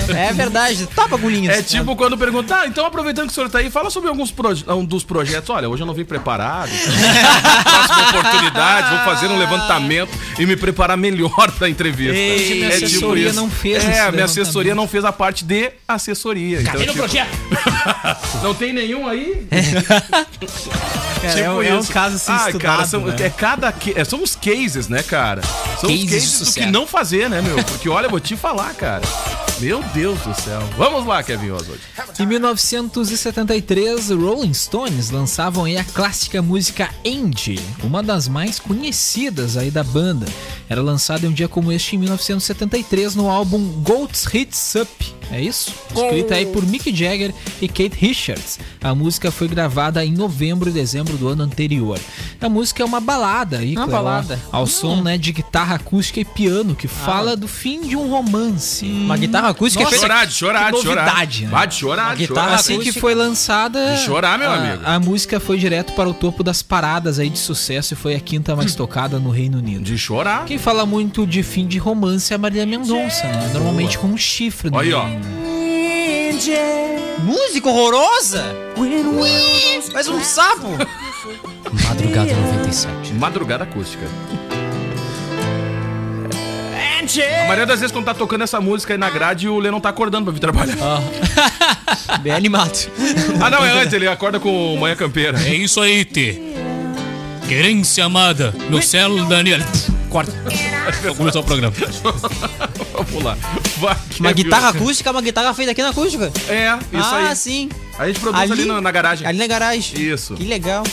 Speaker 6: é verdade, tapa colinhos.
Speaker 4: É tipo quando perguntar, ah, então aproveitando que o senhor tá aí, fala sobre alguns proje- um dos projetos. Olha, hoje eu não vim preparado. então, Próxima oportunidade, vou fazer um levantamento e me preparar melhor pra entrevista. tipo
Speaker 5: Ei, minha assessoria não fez esse
Speaker 4: É, a minha
Speaker 5: levantamento.
Speaker 4: assessoria não fez a parte de assessoria. Então,
Speaker 7: Cadê meu
Speaker 4: tipo,
Speaker 7: projeto?
Speaker 4: não tem nenhum aí?
Speaker 5: Cara, é, um, é um caso assim
Speaker 4: Ai,
Speaker 5: estudado,
Speaker 4: Tipo cara, são,
Speaker 5: né?
Speaker 4: é cada que- é, são os cases, né, cara? São os
Speaker 7: Cases de
Speaker 4: cases do
Speaker 7: sucesso.
Speaker 4: que não fazer, né, meu? Porque olha, eu vou te falar, cara. Meu Deus do céu. Vamos lá, Kevin Oswald.
Speaker 5: Em 1973, Rolling Stones lançavam aí a clássica música Andy, uma das mais conhecidas aí da banda. Era lançada em um dia como este em 1973 no álbum Goats Hits Up. É isso? Escrita aí por Mick Jagger e Kate Richards. A música foi gravada em novembro e dezembro do ano anterior. A música é uma balada aí,
Speaker 6: Uma
Speaker 5: Cleo,
Speaker 6: balada. Hum. Ah.
Speaker 5: ao som né, de guitarra acústica e piano que fala do fim de um romance.
Speaker 6: Uma guitarra acústica é
Speaker 5: Nossa,
Speaker 6: feita.
Speaker 4: Chorar, de chorar,
Speaker 5: que
Speaker 4: de chorar.
Speaker 5: novidade, né?
Speaker 4: Vai de chorar, de
Speaker 6: guitarra
Speaker 4: chorar.
Speaker 5: Assim que foi lançada.
Speaker 4: De chorar, meu
Speaker 5: a,
Speaker 4: amigo.
Speaker 5: A música foi direto para o topo das paradas aí de sucesso e foi a quinta mais tocada no Reino Unido.
Speaker 4: Hum. De chorar.
Speaker 5: Quem fala muito de fim de romance é a Maria Mendonça, né? Normalmente com um chifre no
Speaker 4: Aí, ó.
Speaker 5: meio, né?
Speaker 6: Música horrorosa! Faz um sapo!
Speaker 7: Madrugada 97.
Speaker 4: Madrugada acústica. A maioria das vezes quando tá tocando essa música aí na grade, o Lê não tá acordando pra vir trabalhar.
Speaker 5: Ah.
Speaker 6: Bem animado.
Speaker 4: Ah, não, é antes, ele acorda com Manhã Campeira.
Speaker 7: É isso aí, T. Querência amada, meu celo Daniel. Corta. Vou começar o programa.
Speaker 4: Vamos lá. Vai,
Speaker 6: Uma
Speaker 4: Kevin
Speaker 6: guitarra acústica é uma guitarra feita aqui na acústica.
Speaker 4: Oswald. É, isso
Speaker 6: ah,
Speaker 4: aí.
Speaker 6: sim.
Speaker 4: A gente produz ali, na, na garagem.
Speaker 6: Ali na garagem.
Speaker 4: Isso.
Speaker 6: Que legal.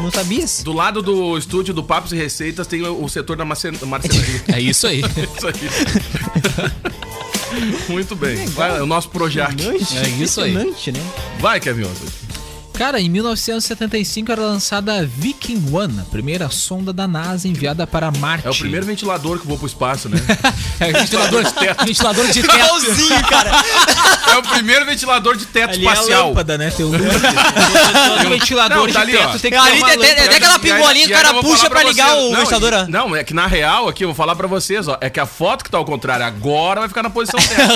Speaker 6: Não sabia isso?
Speaker 4: Do lado do estúdio do Papos e Receitas tem o, o setor da marcen- marcenaria.
Speaker 7: É isso aí.
Speaker 4: Isso aí. Muito bem. Vai, o nosso Projac.
Speaker 7: É isso aí.
Speaker 6: Uhum. Impressionante, né?
Speaker 4: Vai, Kevin Oswald.
Speaker 5: Cara, em 1975 era lançada a Viking One, a primeira sonda da NASA enviada para Marte.
Speaker 4: É o primeiro ventilador que voou pro espaço, né?
Speaker 7: É, ventilador, ventilador de teto.
Speaker 6: Igualzinho, cara.
Speaker 4: É o primeiro ventilador de teto
Speaker 5: Ali é a
Speaker 4: espacial.
Speaker 5: lâmpada, né? Tem um ventilador
Speaker 4: Não, tá
Speaker 5: de
Speaker 4: ali,
Speaker 5: teto,
Speaker 4: ó.
Speaker 5: tem que ter
Speaker 6: É Ali
Speaker 5: uma
Speaker 6: tem até,
Speaker 5: lâmpada.
Speaker 6: até aquela
Speaker 4: E aí-
Speaker 6: pingolinha que
Speaker 4: e
Speaker 6: o
Speaker 4: aí eu
Speaker 6: cara
Speaker 4: vou
Speaker 6: puxa
Speaker 4: falar
Speaker 6: pra ligar
Speaker 4: vocês-
Speaker 6: o
Speaker 4: não,
Speaker 6: ventilador.
Speaker 4: e- Não, é que na real aqui, eu vou falar pra vocês, ó. É que a foto que tá ao contrário agora vai ficar na posição certa.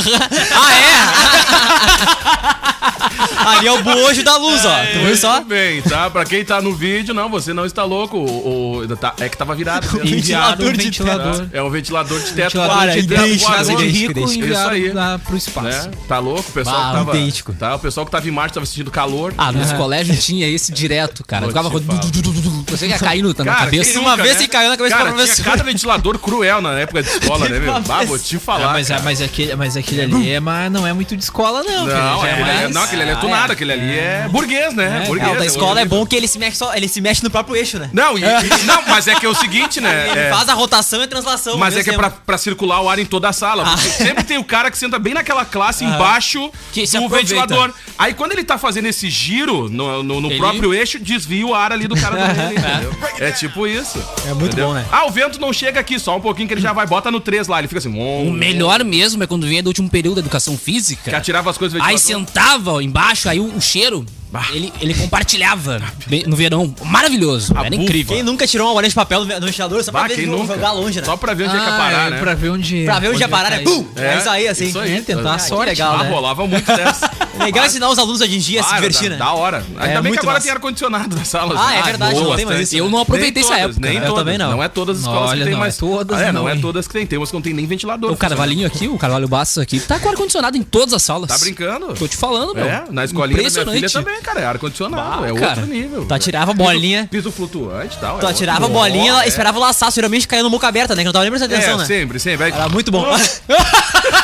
Speaker 6: Ah, é? Ali é o bojo da luz, ó. um Tu viu só?
Speaker 4: Muito bem, tá? Pra quem tá no vídeo, não, você não está louco. O, o- tá- é que tava virado. mesmo.
Speaker 5: Enviaram um
Speaker 6: Ventilador de teto.
Speaker 5: ventilador.
Speaker 4: É um ventilador de teto.
Speaker 5: Ventilador
Speaker 4: voador,
Speaker 5: de
Speaker 4: teto
Speaker 5: teto,
Speaker 4: voador.
Speaker 5: casa de rico
Speaker 4: Isso aí.
Speaker 5: enviado lá pro
Speaker 4: Né?
Speaker 5: espaço.
Speaker 4: Tá louco? O pessoal
Speaker 7: Ah,
Speaker 4: que tava.
Speaker 7: idêntico.
Speaker 4: Tá, o pessoal que tava em Marte tava sentindo calor.
Speaker 7: Ah, nos colégios tinha esse direto, cara.
Speaker 4: Vou
Speaker 7: Ficava
Speaker 4: te falar.
Speaker 7: du- du- du- du- du- du- Você ia cair no, na
Speaker 4: Cara,
Speaker 7: cabeça.
Speaker 4: quem
Speaker 6: Ah, Uma
Speaker 4: nunca,
Speaker 6: vez
Speaker 4: né?
Speaker 6: que caiu na cabeça
Speaker 4: Cara,
Speaker 6: da professora.
Speaker 4: Tinha cada ventilador cruel na época de escola, né, meu?
Speaker 6: Uma
Speaker 4: Ah,
Speaker 6: vez.
Speaker 4: vou te
Speaker 5: Ah,
Speaker 4: falar.
Speaker 5: mas, é-
Speaker 4: cara.
Speaker 5: mas aquele, mas aquele ali é, mas não é muito de escola, não.
Speaker 4: Não,
Speaker 5: cara, já
Speaker 4: aquele ali é,
Speaker 5: mais-
Speaker 4: não, aquele ali é tunado, aquele ali é burguês, né? burguês.
Speaker 6: Não, da
Speaker 4: né?
Speaker 6: escola Ah, é bom que ele se mexe só, ele se mexe no próprio eixo, né?
Speaker 4: Não, e- e- não, mas é que é o seguinte, né?
Speaker 6: Ele
Speaker 4: é,
Speaker 6: faz a rotação e a translação. ao
Speaker 4: mas é
Speaker 6: mesmo
Speaker 4: que é
Speaker 6: tempo.
Speaker 4: pra, pra circular o ar em toda a sala. Porque sempre tem o cara que senta bem naquela classe embaixo
Speaker 7: Que se
Speaker 4: do
Speaker 7: aproveita.
Speaker 4: ventilador. Aí quando ele tá fazendo esse giro no, no- no
Speaker 7: Ele-
Speaker 4: próprio eixo, desvia o ar ali do cara do meio, entendeu? É tipo isso.
Speaker 6: É muito
Speaker 4: entendeu?
Speaker 6: bom, né?
Speaker 4: Ah, o vento não chega aqui, só um pouquinho que ele já vai, bota no 3 lá. Ele fica assim.
Speaker 7: O melhor mesmo é quando vinha do último período da educação
Speaker 4: Que
Speaker 7: física.
Speaker 4: atirava as coisas do
Speaker 7: Aí
Speaker 4: ventilador.
Speaker 7: sentava ó, embaixo, aí o, o cheiro, ele, ele compartilhava bem- no verão. Maravilhoso,
Speaker 4: A
Speaker 7: era
Speaker 4: bufa.
Speaker 7: incrível.
Speaker 6: Quem nunca tirou uma bolinha de papel no no ventilador só pra
Speaker 4: Bah,
Speaker 6: ver
Speaker 4: quem
Speaker 6: se
Speaker 4: nunca?
Speaker 6: jogar longe, né?
Speaker 4: Só pra ver onde é que ia
Speaker 5: Ah,
Speaker 4: parar,
Speaker 5: é
Speaker 4: né?
Speaker 5: pra ver onde
Speaker 6: Pra ver onde ia
Speaker 5: onde
Speaker 6: parar,
Speaker 5: vai
Speaker 6: né?
Speaker 5: cair.
Speaker 6: Pum! É isso aí, assim.
Speaker 4: Isso aí.
Speaker 5: É, tentar a
Speaker 4: Ah,
Speaker 5: sorte.
Speaker 6: legal,
Speaker 4: Ah,
Speaker 6: né?
Speaker 4: rolava muito dessa.
Speaker 6: Legal ensinar os alunos hoje em dia a se
Speaker 4: Claro, da,
Speaker 6: divertir, né?
Speaker 4: da hora. Ainda bem que
Speaker 6: muito
Speaker 4: agora
Speaker 6: massa.
Speaker 4: tem ar-condicionado nas salas.
Speaker 6: Ah, é
Speaker 4: né?
Speaker 6: verdade,
Speaker 4: boa,
Speaker 6: não tem mais
Speaker 4: bastante.
Speaker 6: isso.
Speaker 7: Eu
Speaker 6: né?
Speaker 7: não
Speaker 4: Nem
Speaker 7: aproveitei essa
Speaker 4: todas,
Speaker 7: época.
Speaker 4: Nem
Speaker 7: cara.
Speaker 4: todas,
Speaker 6: também não.
Speaker 4: Não é todas as escolas
Speaker 5: Olha,
Speaker 4: que tem
Speaker 5: não,
Speaker 4: mais.
Speaker 5: é todas,
Speaker 4: Ah, é, não,
Speaker 5: não,
Speaker 4: é
Speaker 5: hein?
Speaker 4: todas que tem. Tem umas que não tem nem ventilador.
Speaker 7: O Carvalhinho aqui, o Carvalho Bastos aqui, tá com ar-condicionado em todas as salas.
Speaker 4: Tá brincando?
Speaker 7: Tô te falando, meu.
Speaker 4: É, na escolinha da minha filha
Speaker 7: Impressionante.
Speaker 4: também, cara. É ar-condicionado.
Speaker 7: Bah,
Speaker 4: É
Speaker 7: cara.
Speaker 4: outro nível.
Speaker 6: Tu atirava a Tá, bolinha,
Speaker 4: Piso flutuante e tal.
Speaker 6: tu
Speaker 4: é
Speaker 6: atirava a
Speaker 4: outro-
Speaker 6: bolinha, ela
Speaker 4: é.
Speaker 6: esperava o laçar, geralmente caía no boca aberta, né? Que eu não tava nem prestando
Speaker 4: É,
Speaker 6: atenção, né?
Speaker 4: sempre, sempre.
Speaker 6: Era muito bom.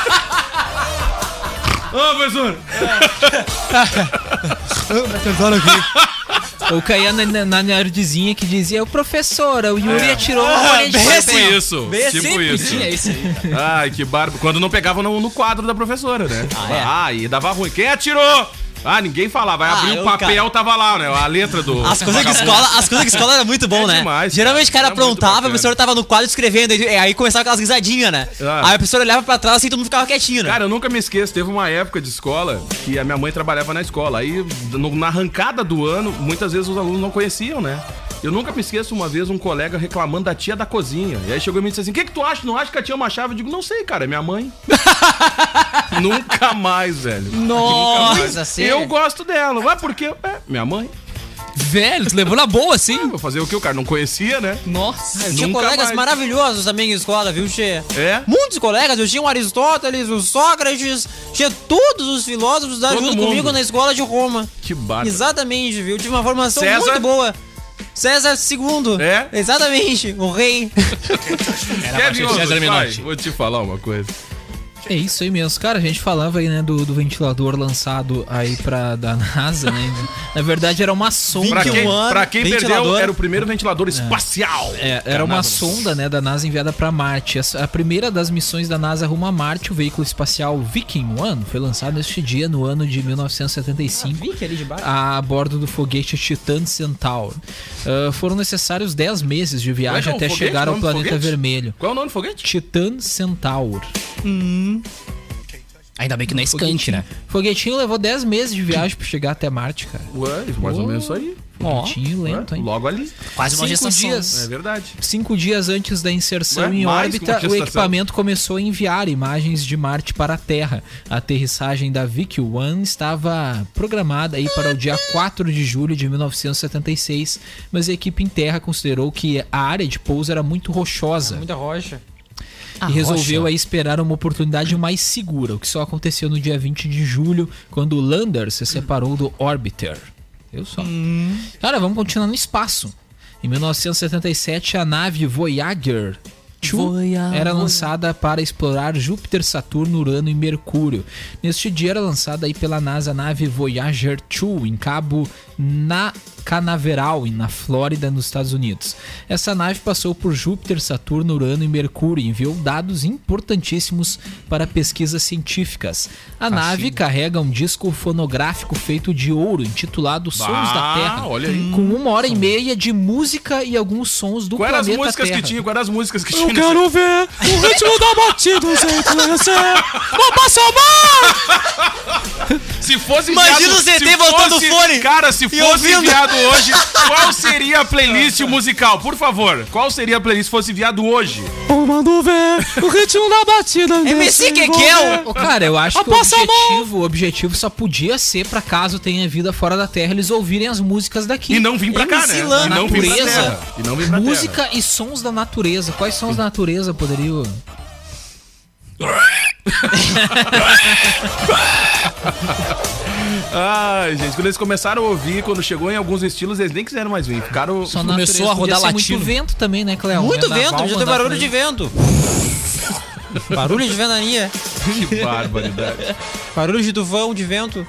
Speaker 4: Ô, professor!
Speaker 5: Ou caía na, na, na nerdzinha que dizia, o professor, o
Speaker 4: É.
Speaker 5: Yuri atirou uma bolinha de
Speaker 6: bem
Speaker 4: Tipo
Speaker 5: papel."
Speaker 4: isso.
Speaker 6: Bem, assim,
Speaker 4: Tipo
Speaker 6: sempre
Speaker 4: isso.
Speaker 7: É isso aí.
Speaker 4: Ai, que barba. Quando não pegava no, no quadro da professora, né?
Speaker 6: é?
Speaker 4: Ah, e dava ruim. Quem atirou? Ah, ninguém falava. Aí
Speaker 6: Ah,
Speaker 4: abriu
Speaker 6: eu, Ah,
Speaker 4: o papel, tava lá, né? A letra do.
Speaker 6: As coisas que
Speaker 4: vagabundo.
Speaker 6: escola, as coisas que escola era muito bom, né?
Speaker 4: É demais, cara.
Speaker 6: Geralmente o cara
Speaker 4: Era muito
Speaker 6: aprontava, o
Speaker 4: bacana.
Speaker 6: professor tava no quadro escrevendo, e aí começava aquelas risadinhas, né?
Speaker 4: Ah.
Speaker 6: Aí o professor olhava pra trás assim e todo mundo ficava quietinho, né?
Speaker 4: Cara, eu nunca me esqueço. Teve uma época de escola que a minha mãe trabalhava na escola. Aí, no- na arrancada do ano, muitas vezes os alunos não conheciam, né? Eu nunca me esqueço uma vez um colega reclamando da tia da cozinha. E aí chegou e me disse assim: O que, que tu acha? Não acha que a tia é uma chave? Eu digo: Não sei, cara, é minha mãe. nunca mais, velho.
Speaker 6: Nossa, sério?
Speaker 4: Eu gosto dela. Mas por quê? É, minha mãe. Ah,
Speaker 7: Velho, tu levou na boa, assim.
Speaker 4: Vou fazer o que o cara não conhecia, né?
Speaker 7: Nossa.
Speaker 6: Tinha
Speaker 4: Nunca
Speaker 6: colegas
Speaker 4: mais.
Speaker 6: maravilhosos também em escola, viu, Che?
Speaker 4: É?
Speaker 6: Muitos colegas, eu tinha o Aristóteles, o Sócrates, tinha todos os filósofos da
Speaker 4: Todo
Speaker 6: junto
Speaker 4: mundo.
Speaker 6: comigo na escola de Roma.
Speaker 4: Que barba.
Speaker 6: Exatamente, viu? Tive uma formação
Speaker 4: César?
Speaker 6: muito boa. César II.
Speaker 4: É?
Speaker 6: Exatamente, o rei.
Speaker 4: Kevin
Speaker 7: César
Speaker 4: Oswald,
Speaker 7: Menotti.
Speaker 4: vai, Vou te falar uma coisa.
Speaker 5: É isso aí mesmo. Cara, a gente falava aí, né, do, do ventilador lançado aí pra, da NASA, né? Na verdade era uma sonda.
Speaker 4: Pra quem,
Speaker 6: ano,
Speaker 4: pra quem perdeu,
Speaker 6: ventilador.
Speaker 4: era o primeiro ventilador espacial.
Speaker 5: É, era uma sonda né, da NASA enviada para Marte. Essa- A primeira das missões da NASA rumo a Marte, o veículo espacial Viking One, foi lançado este dia no ano de
Speaker 7: Ah,
Speaker 5: 1975 a bordo do foguete Titan Centaur. Ah, foram necessários 10 meses de
Speaker 4: Como é que
Speaker 7: um
Speaker 4: é
Speaker 5: viagem
Speaker 4: o
Speaker 5: até
Speaker 4: foguete?
Speaker 5: chegar
Speaker 4: O
Speaker 5: ao
Speaker 4: nome do
Speaker 5: planeta
Speaker 4: foguete?
Speaker 5: vermelho.
Speaker 4: Qual é o nome do foguete?
Speaker 5: Titan Centaur.
Speaker 7: Ainda bem que não é escante, né?
Speaker 5: Foguetinho levou 10 meses de viagem para chegar até Marte, cara.
Speaker 4: Ué, é mais ou menos isso aí.
Speaker 7: Ó,
Speaker 5: Foguetinho lento,
Speaker 4: Ué,
Speaker 5: então, hein?
Speaker 4: Logo ali.
Speaker 7: quase uma
Speaker 5: Cinco
Speaker 7: gestação. né?
Speaker 5: dias.
Speaker 4: É verdade.
Speaker 5: Cinco dias antes da inserção
Speaker 4: Ué,
Speaker 5: em
Speaker 4: é? mais uma
Speaker 5: órbita, o
Speaker 4: gestação.
Speaker 5: equipamento começou a enviar imagens de Marte para a Terra. A aterrissagem da Vic One estava programada aí para o dia 4 de julho de 1976, mas a equipe em terra considerou que a área de pouso era muito rochosa
Speaker 6: rocha.
Speaker 7: Ah,
Speaker 5: e resolveu
Speaker 7: rocha.
Speaker 5: aí esperar uma oportunidade mais segura, o que só aconteceu no dia 20 de julho, quando o Lander se separou do Orbiter. Eu só. Cara, vamos continuar no espaço. Em 1977, a nave Voyager 2 era lançada para explorar Júpiter, Saturno, Urano e Mercúrio. Neste dia era lançada aí pela NASA a nave Voyager 2 em Cabo na Canaveral, em- na Flórida, nos Estados Unidos. Essa nave passou por Júpiter, Saturno, Urano e Mercúrio e enviou dados importantíssimos para pesquisas científicas. A nave carrega um disco fonográfico feito de ouro, intitulado Sons da Terra,
Speaker 4: olha aí.
Speaker 5: com uma hora e meia de música e alguns sons do
Speaker 4: Quais eram as
Speaker 5: planeta
Speaker 4: músicas
Speaker 5: Terra.
Speaker 4: que tinha? Quais eram as músicas que tinha?
Speaker 7: ver o ritmo da batida, gente. Vamos somar!
Speaker 4: Se fosse
Speaker 6: Imagina
Speaker 4: enviado-
Speaker 6: o ZT
Speaker 4: se
Speaker 6: botando
Speaker 4: fosse-
Speaker 6: fone
Speaker 4: Cara, se
Speaker 6: e
Speaker 4: fosse
Speaker 6: ouvindo.
Speaker 4: enviado hoje, qual seria a playlist musical? Por favor, qual seria a playlist se fosse enviado hoje?
Speaker 7: Vamos ver o ritmo da batida,
Speaker 6: MC Kekel!
Speaker 5: Ô, cara, eu acho que é o
Speaker 7: Aposta a mão!
Speaker 5: objetivo, o objetivo só podia ser pra caso tenha vida fora da Terra eles ouvirem as músicas daqui.
Speaker 4: E não vim pra cá,
Speaker 6: MC
Speaker 4: né?
Speaker 6: Lan,
Speaker 4: E não vim pra
Speaker 5: natureza.
Speaker 4: terra. E não vim pra terra.
Speaker 5: Música e sons da natureza. Quais sons da natureza poderiam.
Speaker 4: Ai, gente, quando eles começaram a ouvir, quando chegou em alguns estilos, eles nem quiseram mais vir. Ficaram...
Speaker 5: Só
Speaker 7: Começou a rodar
Speaker 5: podia ser
Speaker 7: latino.
Speaker 5: Muito vento também, né, Cleo?
Speaker 6: Muito
Speaker 5: Vendaval
Speaker 6: vento, já
Speaker 5: mandar
Speaker 6: tem barulho
Speaker 5: pra
Speaker 6: de
Speaker 5: ele.
Speaker 6: vento. barulho de ventania.
Speaker 4: Que barbaridade.
Speaker 6: Barulho de tufão, de vento.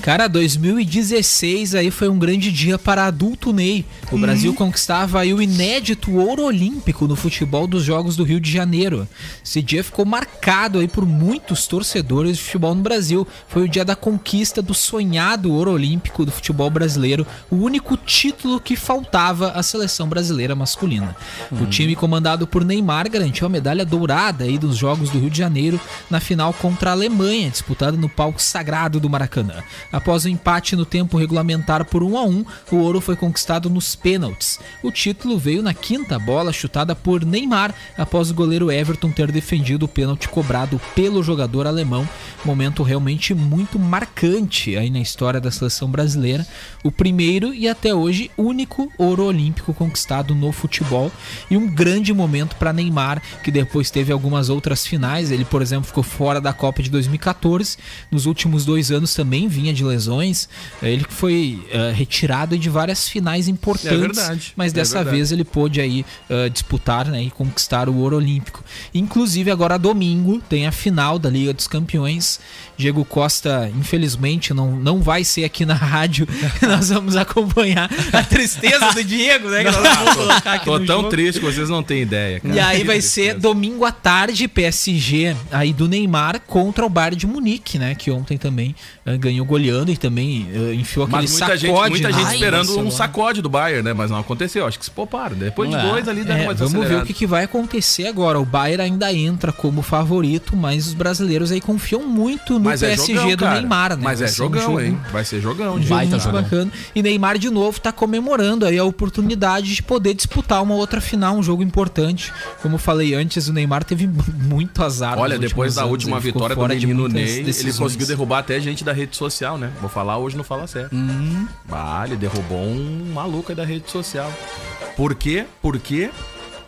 Speaker 5: Cara, 2016 aí foi um grande dia para adulto Ney. O
Speaker 6: Uhum.
Speaker 5: Brasil conquistava aí o inédito ouro olímpico no futebol dos Jogos do Rio de Janeiro. Esse dia ficou marcado aí por muitos torcedores de futebol no Brasil. Foi o dia da conquista do sonhado ouro olímpico do futebol brasileiro, o único título que faltava à seleção brasileira masculina. O time comandado por Neymar garantiu a medalha dourada aí dos Jogos do Rio de Janeiro na final contra a Alemanha, disputada no palco sagrado do Maracanã. Após o empate no tempo regulamentar por 1 a 1, o ouro foi conquistado nos pênaltis. O título veio na quinta bola chutada por Neymar após o goleiro Everton ter defendido o pênalti cobrado pelo jogador alemão. Momento realmente muito marcante aí na história da seleção brasileira. O primeiro e até hoje único ouro olímpico conquistado no futebol e um grande momento para Neymar, que depois teve algumas outras finais. Ele, por exemplo, ficou fora da Copa de 2014. Nos últimos dois anos também vinha de lesões. Ele que foi eh, retirado de várias finais importantes,
Speaker 4: verdade,
Speaker 5: mas
Speaker 4: é
Speaker 5: dessa
Speaker 4: verdade.
Speaker 5: vez ele pôde aí eh, disputar né, e conquistar o ouro olímpico. Inclusive agora domingo tem a final da Liga dos Campeões. Diego Costa, infelizmente, não, não vai ser aqui na rádio. Nós vamos acompanhar a tristeza do Diego, né? que nós vamos colocar aqui
Speaker 4: Tô
Speaker 5: no
Speaker 4: tão
Speaker 5: jogo.
Speaker 4: triste que vocês não têm ideia, cara.
Speaker 5: E aí
Speaker 4: Que
Speaker 5: vai
Speaker 4: É. tristeza.
Speaker 5: ser domingo à tarde PSG aí do Neymar contra o Bayern de Munique, né? Que ontem também eh, ganhou goleando e também eh, enfiou aquele
Speaker 4: Mas muita
Speaker 5: sacode.
Speaker 4: gente, muita
Speaker 5: né?
Speaker 4: gente
Speaker 5: Ai,
Speaker 4: esperando
Speaker 5: nossa,
Speaker 4: um
Speaker 5: mano.
Speaker 4: sacode do Bayern, né? Mas não aconteceu. Acho que se pouparam. Depois de
Speaker 7: É.
Speaker 4: dois ali, dá
Speaker 5: É,
Speaker 4: uma
Speaker 5: vamos ver o
Speaker 4: desacelerada.
Speaker 5: que, que vai acontecer agora. O Bayern ainda entra como favorito, mas os brasileiros aí confiam muito no
Speaker 4: Mas é
Speaker 5: PSG
Speaker 4: jogão,
Speaker 5: do
Speaker 4: cara.
Speaker 5: Neymar, né?
Speaker 4: Mas é
Speaker 5: Vai ser um
Speaker 4: jogão,
Speaker 5: jogo-
Speaker 4: hein? Vai ser jogão.
Speaker 5: um jogo
Speaker 4: gente.
Speaker 7: Baita
Speaker 5: muito
Speaker 7: jogão.
Speaker 5: bacana. E Neymar, de novo, tá comemorando aí a oportunidade de poder disputar uma outra final, um jogo importante. Como eu falei antes, o Neymar teve mu- muito azar. nos
Speaker 4: Olha, depois
Speaker 5: últimos
Speaker 4: da
Speaker 5: anos,
Speaker 4: última
Speaker 5: ele ficou
Speaker 4: vitória do
Speaker 5: fora de
Speaker 4: menino
Speaker 5: muitas
Speaker 4: Ney, ele
Speaker 5: decisões.
Speaker 4: conseguiu derrubar até gente da rede social, né? Vou falar hoje, não fala certo.
Speaker 5: Uhum.
Speaker 4: Ah, ele derrubou um maluco aí da rede social. Por quê? Por quê?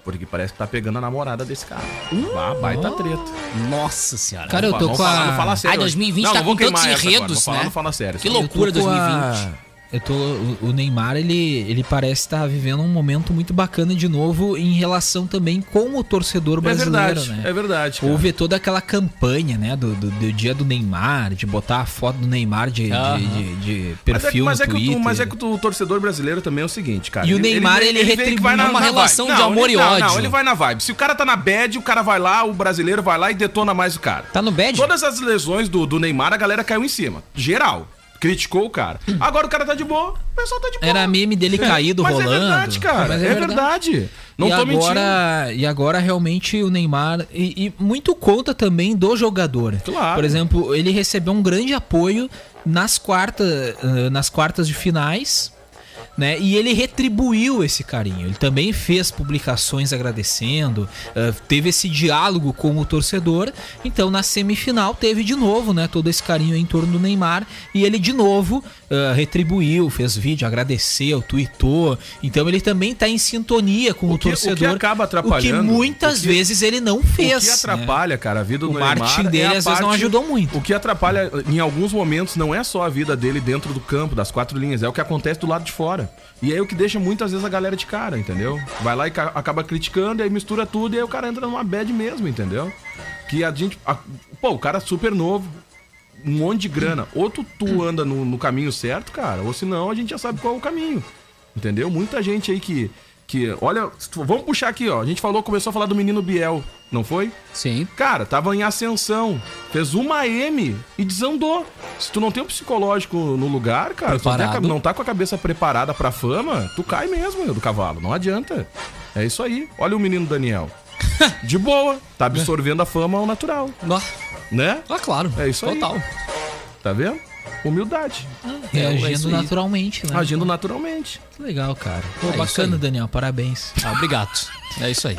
Speaker 4: Porque parece que tá pegando a namorada desse cara.
Speaker 5: Uhum.
Speaker 4: Ah, baita treta.
Speaker 7: Nossa senhora.
Speaker 5: Cara, eu tô
Speaker 4: Vamos
Speaker 5: com
Speaker 4: falar
Speaker 5: a.
Speaker 4: no Fala Sério
Speaker 7: Ai,
Speaker 4: hoje.
Speaker 7: 2020
Speaker 4: Não,
Speaker 7: tá
Speaker 4: não vou
Speaker 7: com tantos
Speaker 4: queimar essa agora,
Speaker 7: enredos,
Speaker 4: vou falar
Speaker 7: né?
Speaker 4: no Fala Sério.
Speaker 7: Que
Speaker 4: sim.
Speaker 5: Eu tô
Speaker 7: loucura
Speaker 5: com a-
Speaker 7: 2020.
Speaker 5: Eu tô, o- o Neymar, ele, ele parece estar vivendo um momento muito bacana de novo em relação também com o torcedor
Speaker 4: É
Speaker 5: brasileiro,
Speaker 4: verdade,
Speaker 5: né?
Speaker 4: é verdade. cara.
Speaker 5: Houve toda aquela campanha, né, do, do, do dia do Neymar, de botar a foto do Neymar de, de-
Speaker 7: Aham.
Speaker 5: de- de
Speaker 4: Mas é que-
Speaker 5: perfil
Speaker 4: mas é,
Speaker 5: no
Speaker 4: que, o-
Speaker 5: Twitter.
Speaker 4: mas é que o torcedor brasileiro também é o seguinte, cara.
Speaker 5: E o Neymar, ele
Speaker 4: vem que
Speaker 5: retribui
Speaker 4: vai na-
Speaker 5: uma
Speaker 4: na vibe.
Speaker 7: relação de amor
Speaker 4: ele-
Speaker 7: e
Speaker 4: não,
Speaker 7: ódio.
Speaker 4: Não, ele vai na vibe. Se o cara tá na bad, o cara vai lá, o brasileiro vai lá e detona mais o cara.
Speaker 6: Tá no bad?
Speaker 4: Todas as lesões do, do Neymar, a galera caiu em cima. Geral. Criticou o cara. Agora o cara tá de boa. O pessoal tá de boa.
Speaker 5: Era meme dele caído
Speaker 4: Mas
Speaker 5: rolando.
Speaker 4: é verdade, cara.
Speaker 5: Mas
Speaker 4: é, verdade. Não
Speaker 5: e
Speaker 4: tô mentindo.
Speaker 5: agora, E agora realmente o Neymar. E, e muito conta também do jogador.
Speaker 4: Claro.
Speaker 5: Por exemplo, ele recebeu um grande apoio nas, quarta, eh, nas quartas de finais. Né? E ele retribuiu esse carinho. Ele também fez publicações agradecendo, eh, teve esse diálogo com o torcedor. Então, na semifinal, teve de novo né, todo esse carinho em torno do Neymar. E ele de novo eh, retribuiu, fez vídeo, agradeceu, tweetou. Então, ele também está em sintonia com o,
Speaker 4: O que- o que
Speaker 5: torcedor.
Speaker 4: acaba
Speaker 5: O
Speaker 4: atrapalhando,
Speaker 5: que muitas
Speaker 4: o que-
Speaker 5: vezes ele não
Speaker 4: O
Speaker 5: fez.
Speaker 4: que
Speaker 5: né?
Speaker 4: atrapalha, cara, a vida do
Speaker 5: O
Speaker 4: Neymar
Speaker 5: marketing
Speaker 4: é
Speaker 5: dele,
Speaker 4: a
Speaker 5: às vezes, não
Speaker 4: parte-
Speaker 5: ajudou muito.
Speaker 4: O que atrapalha em alguns momentos não é só a vida dele dentro do campo, das quatro linhas, é o que acontece do lado de fora. E é o que deixa muitas vezes a galera de cara, entendeu? Vai lá e ca- acaba criticando, e aí mistura tudo, e aí o cara entra numa bad mesmo, entendeu? Que a gente. a- pô, o cara é super novo. um monte de grana. Ou tu, tu anda no, no caminho certo, cara, ou senão a gente já sabe qual é o caminho. Entendeu? Muita gente aí que. que olha, se tu- vamos puxar aqui, ó. A gente falou, começou a falar do menino Biel, não foi?
Speaker 7: Sim.
Speaker 4: Cara, tava em ascensão, fez uma M e desandou. Se tu não tem o psicológico no lugar, cara, se tu não tem a
Speaker 7: Preparado.
Speaker 4: ca- não tá com a cabeça preparada pra fama, tu cai mesmo meu, do cavalo, não adianta. É isso aí. Olha o menino Daniel. De boa, tá absorvendo a fama ao natural,
Speaker 7: Nó-
Speaker 4: né?
Speaker 7: Ah, claro.
Speaker 4: É isso aí.
Speaker 7: Total.
Speaker 4: Tá vendo? Humildade.
Speaker 7: É, é
Speaker 5: Reagindo
Speaker 7: isso aí.
Speaker 5: naturalmente, né?
Speaker 4: Agindo naturalmente.
Speaker 5: Que legal, cara. Pô,
Speaker 7: É isso
Speaker 5: bacana,
Speaker 7: aí.
Speaker 5: Daniel. Parabéns.
Speaker 7: Ah, obrigado. É isso aí.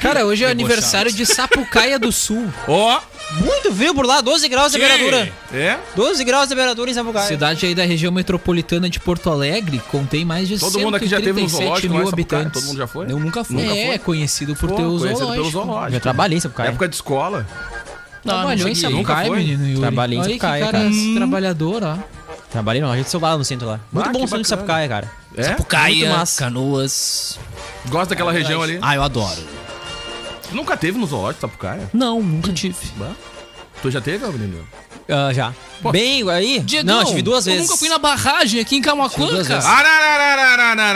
Speaker 5: Cara, hoje é aniversário de Sapucaia do Sul.
Speaker 4: Ó,
Speaker 6: Muito frio por lá, 12 graus de temperatura.
Speaker 4: é?
Speaker 6: 12 graus de temperatura em
Speaker 4: Tá.
Speaker 6: Sapucaia.
Speaker 5: Cidade aí da região metropolitana de Porto Alegre, contém mais de
Speaker 4: Todo mundo aqui já teve um
Speaker 5: 137
Speaker 4: zoológico, não é,
Speaker 5: mil
Speaker 4: Sapucaia?
Speaker 5: habitantes.
Speaker 4: Todo mundo já foi?
Speaker 7: Eu nunca fui.
Speaker 4: Nunca
Speaker 5: é,
Speaker 4: foi?
Speaker 5: conhecido por ter
Speaker 4: Pô,
Speaker 5: o
Speaker 4: conhecido pelo
Speaker 5: zoológico.
Speaker 4: zoológico.
Speaker 6: Já trabalhei em Sapucaia.
Speaker 4: Época de escola.
Speaker 7: Não, não
Speaker 5: Trabalhou em
Speaker 7: cheguei.
Speaker 4: Nunca
Speaker 5: Sapucaia,
Speaker 4: foi?
Speaker 5: menino Yuri.
Speaker 6: Trabalhei em
Speaker 5: Olha
Speaker 6: Sapucaia,
Speaker 5: que cara,
Speaker 6: cara.
Speaker 5: esse trabalhador, ó.
Speaker 6: Trabalhei não, a gente sobrava no centro lá. Muito
Speaker 4: Ah,
Speaker 6: bom
Speaker 4: que
Speaker 6: o centro
Speaker 4: bacana.
Speaker 6: de Sapucaia, cara.
Speaker 4: É?
Speaker 7: Caia,
Speaker 6: Muito massa.
Speaker 7: Canoas.
Speaker 4: Gosta daquela região ali.
Speaker 7: Ah, eu adoro.
Speaker 4: Tu Nunca teve no zoológico, Sapucaia?
Speaker 7: Não, nunca tive.
Speaker 4: Tu já teve, ô menino?
Speaker 6: Ah, já. Bem, aí...
Speaker 7: Diegão,
Speaker 6: não, eu tive duas vezes.
Speaker 7: Eu nunca fui na barragem aqui em Camacuã,
Speaker 5: duas
Speaker 7: cara.
Speaker 4: Ah,
Speaker 5: vezes.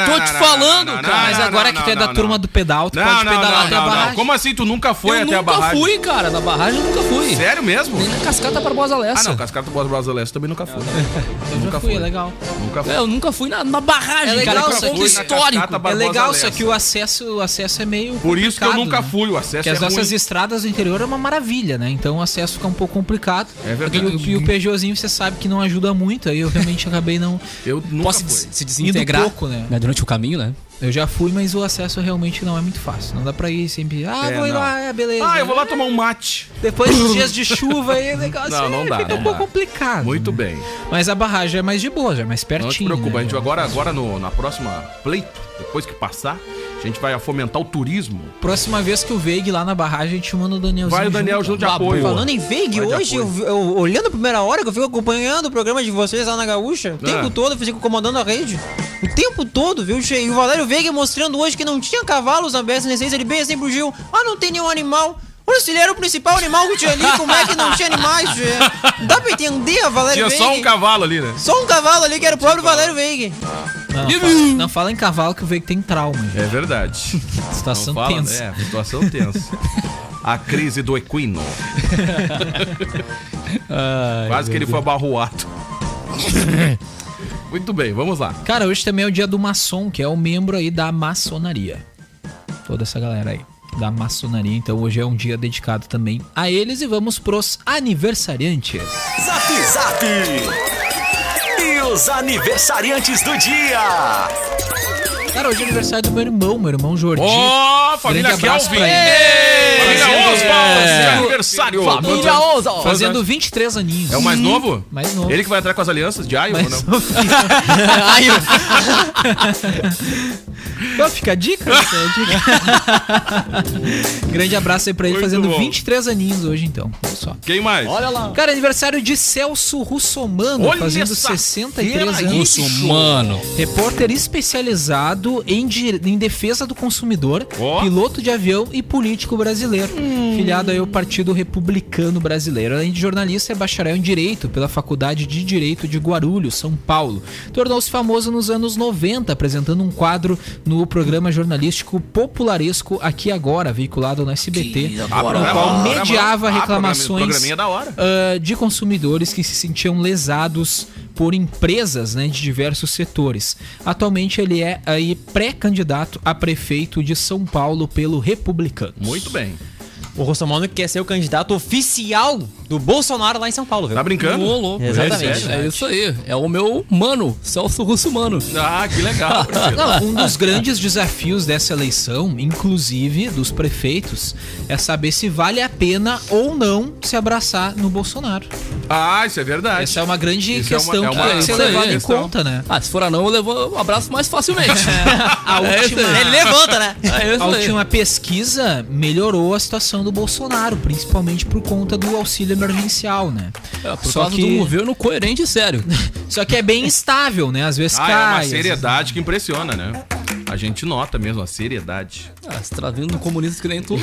Speaker 7: Tô te falando, cara.
Speaker 5: Mas agora que tu é da turma do pedal, tu
Speaker 4: Não,
Speaker 5: pode
Speaker 4: não,
Speaker 5: pedalar
Speaker 4: não,
Speaker 5: até a
Speaker 4: não,
Speaker 5: barragem.
Speaker 4: não. Como assim tu nunca foi
Speaker 7: eu
Speaker 4: até a
Speaker 7: nunca
Speaker 4: barragem?
Speaker 7: fui, cara. Na barragem eu nunca fui.
Speaker 4: Sério mesmo?
Speaker 7: Nem na Cascata Barbosa
Speaker 4: Ah,
Speaker 7: Lessa.
Speaker 4: não, Cascata Boas Brasa Leste também nunca foi.
Speaker 5: Eu
Speaker 4: nunca
Speaker 5: já fui,
Speaker 4: foi.
Speaker 5: é legal.
Speaker 4: Nunca foi.
Speaker 7: É, eu nunca fui na, na barragem,
Speaker 5: É legal
Speaker 7: cara.
Speaker 5: isso
Speaker 7: que é um
Speaker 5: aqui.
Speaker 7: ponto histórico.
Speaker 4: Na Cascata
Speaker 5: É
Speaker 4: Barbosa
Speaker 5: legal, só
Speaker 4: Lessa.
Speaker 5: que o acesso, o acesso é meio.
Speaker 4: Por isso que eu
Speaker 5: complicado,
Speaker 4: nunca
Speaker 5: né?
Speaker 4: fui, o acesso
Speaker 5: Porque
Speaker 4: é
Speaker 5: as nossas
Speaker 4: ruim.
Speaker 5: estradas do interior é uma maravilha, né? Então o acesso fica um pouco complicado.
Speaker 4: É verdade.
Speaker 5: E o, e o Peugeotzinho você sabe que não ajuda muito, aí eu realmente acabei não.
Speaker 4: Eu nunca
Speaker 7: Posso
Speaker 4: fui.
Speaker 7: se, se desintegrar
Speaker 5: pouco, né?
Speaker 7: durante o caminho, né?
Speaker 5: Eu já fui, mas o acesso realmente não é muito fácil. Não dá pra ir sempre. Ah,
Speaker 4: É,
Speaker 5: vou ir
Speaker 4: não.
Speaker 5: lá, é beleza.
Speaker 4: Ah, eu vou lá tomar um mate.
Speaker 5: Depois dos dias de chuva aí, o negócio
Speaker 4: Não, não
Speaker 5: é,
Speaker 4: dá,
Speaker 5: fica
Speaker 4: não
Speaker 5: um pouco
Speaker 4: dá.
Speaker 5: complicado.
Speaker 4: Muito
Speaker 5: né?
Speaker 4: bem.
Speaker 5: Mas a barragem é mais de boa, já é mais pertinho.
Speaker 4: Não te preocupa,
Speaker 5: né?
Speaker 4: a gente agora, agora no, na próxima pleito, depois que passar, a gente vai fomentar o turismo.
Speaker 5: Próxima vez que o Veig lá na barragem, a gente manda o Danielzinho.
Speaker 4: Vai o Daniel junto de apoio.
Speaker 6: Falando em
Speaker 4: Vai
Speaker 6: Veig,
Speaker 4: de
Speaker 6: hoje, eu,
Speaker 4: apoio.
Speaker 6: eu- olhando a primeira hora que eu fico acompanhando o programa de vocês lá na Gaúcha, o tempo todo eu fico comandando a rede. O tempo todo, viu, Che? E o Valério Veiga mostrando hoje que não tinha cavalos na BSN6, ele bem assim pro Gil. Ah, não tem nenhum animal. Olha, se ele era o principal animal que tinha ali, como é que não tinha animais, Che? Não Dá pra entender, Valério
Speaker 4: Tinha
Speaker 6: Veiga.
Speaker 4: só um cavalo ali, né?
Speaker 6: Só um cavalo ali que era o próprio Valério Veiga.
Speaker 5: Não, não fala, não fala em cavalo que o Veig tem trauma, gente.
Speaker 4: É verdade.
Speaker 5: Situação
Speaker 4: Não fala,
Speaker 5: tensa.
Speaker 4: né? situação tensa. A crise do equino. Quase que ele foi abarroado. Muito bem, vamos lá.
Speaker 5: Cara, hoje também é o dia do maçom, que é o membro aí da maçonaria. Toda essa galera aí da maçonaria. Então hoje é um dia dedicado também a eles e vamos pros aniversariantes.
Speaker 3: Zap Zap! E os aniversariantes do dia!
Speaker 5: Cara, hoje é aniversário do meu irmão, meu irmão Jordi.
Speaker 4: Ó, família
Speaker 5: Grande abraço
Speaker 4: Kelvin!
Speaker 5: pra ele.
Speaker 4: Ei, Família
Speaker 5: Fazendo-
Speaker 4: Oswald,
Speaker 5: É.
Speaker 4: seu aniversário!
Speaker 5: Família Oza!
Speaker 4: Quantos
Speaker 5: Fazendo 23 aninhos.
Speaker 4: É o mais novo?
Speaker 5: Mais novo.
Speaker 4: Ele que vai entrar com as alianças de né? Ayo ou
Speaker 5: Mais
Speaker 4: não?
Speaker 5: Então fica a dica, fica a dica. Grande abraço aí pra ele,
Speaker 4: Muito
Speaker 5: fazendo
Speaker 4: bom.
Speaker 5: 23 aninhos hoje então. Olha só.
Speaker 4: Quem mais?
Speaker 5: Cara, é aniversário de Celso Russomano,
Speaker 4: Olha
Speaker 5: fazendo
Speaker 4: essa
Speaker 5: 63
Speaker 4: fera aí,
Speaker 5: anos.
Speaker 4: bicho.
Speaker 7: Mano.
Speaker 5: Repórter especializado em, dire- em defesa do consumidor,
Speaker 4: Ó.
Speaker 5: piloto de avião e político brasileiro. Filiado aí ao Partido Republicano Brasileiro. Além de jornalista, é bacharel em Direito pela Faculdade de Direito de Guarulhos, São Paulo. Tornou-se famoso nos anos 90, apresentando um quadro no programa jornalístico popularesco Aqui Agora, veiculado no SBT,
Speaker 4: Tá
Speaker 5: no qual mediava reclamações
Speaker 4: Ah, Programinha é da hora.
Speaker 5: ah, de consumidores que se sentiam lesados por empresas né, de diversos setores. Atualmente ele é aí pré-candidato a prefeito de São Paulo pelo Republicano.
Speaker 4: Muito bem.
Speaker 6: O Rossomano quer ser o candidato oficial do Bolsonaro lá em São Paulo, viu?
Speaker 4: Tá brincando?
Speaker 7: Ô, louco.
Speaker 6: Exatamente.
Speaker 7: É isso aí. É o meu mano, Celso Russo Mano.
Speaker 4: Ah, que legal. Priscila.
Speaker 5: Um dos grandes desafios dessa eleição, inclusive dos prefeitos, é saber se vale a pena ou não se abraçar no Bolsonaro.
Speaker 4: ah, isso é verdade.
Speaker 5: Essa é uma grande
Speaker 4: Isso é uma-
Speaker 5: questão
Speaker 4: é uma-
Speaker 5: que tem que ser
Speaker 7: é uma
Speaker 5: levada em
Speaker 4: questão.
Speaker 5: conta, né?
Speaker 7: Ah, se for anão, eu levo um abraço mais facilmente.
Speaker 5: A
Speaker 7: É isso
Speaker 5: última,
Speaker 7: aí.
Speaker 6: Ele levanta, né?
Speaker 7: É isso
Speaker 5: A
Speaker 7: aí.
Speaker 5: última pesquisa melhorou a situação do Bolsonaro, principalmente por conta do auxílio emergencial, né?
Speaker 7: É, por
Speaker 5: só,
Speaker 7: causa
Speaker 5: que,
Speaker 7: do governo coerente e sério.
Speaker 5: só que é bem instável, né? Às vezes
Speaker 4: Ah,
Speaker 5: cai.
Speaker 4: é uma
Speaker 5: às vezes-
Speaker 4: seriedade que impressiona, né? A gente nota mesmo a seriedade.
Speaker 7: Ah, você tá vendo um comunista que nem tu.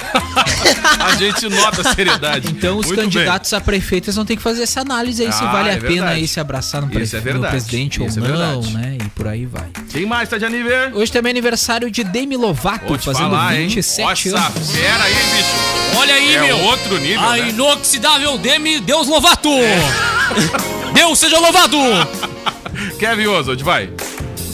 Speaker 4: A gente nota a seriedade.
Speaker 5: Então os
Speaker 4: Muito bem.
Speaker 5: candidatos a prefeitos vão ter que fazer essa análise aí se
Speaker 4: Ah,
Speaker 5: vale
Speaker 4: é
Speaker 5: a pena
Speaker 4: verdade.
Speaker 5: aí se abraçar no,
Speaker 4: Isso
Speaker 5: pre-
Speaker 4: é
Speaker 5: no
Speaker 4: verdade.
Speaker 5: presidente ou
Speaker 4: Isso é
Speaker 5: não,
Speaker 4: verdade.
Speaker 5: né? E por aí vai.
Speaker 4: Quem mais tá de aniversário?
Speaker 5: Hoje também é aniversário de Demi Lovato,
Speaker 4: Vou te
Speaker 5: fazendo
Speaker 4: falar, hein?
Speaker 5: 27
Speaker 4: Nossa,
Speaker 5: anos.
Speaker 4: pera aí, bicho.
Speaker 7: Olha aí,
Speaker 4: É
Speaker 7: meu.
Speaker 4: outro nível,
Speaker 7: a
Speaker 4: né?
Speaker 7: inoxidável Demi Deus Lovato. Deus seja louvado.
Speaker 4: Kevin Oswald, vai.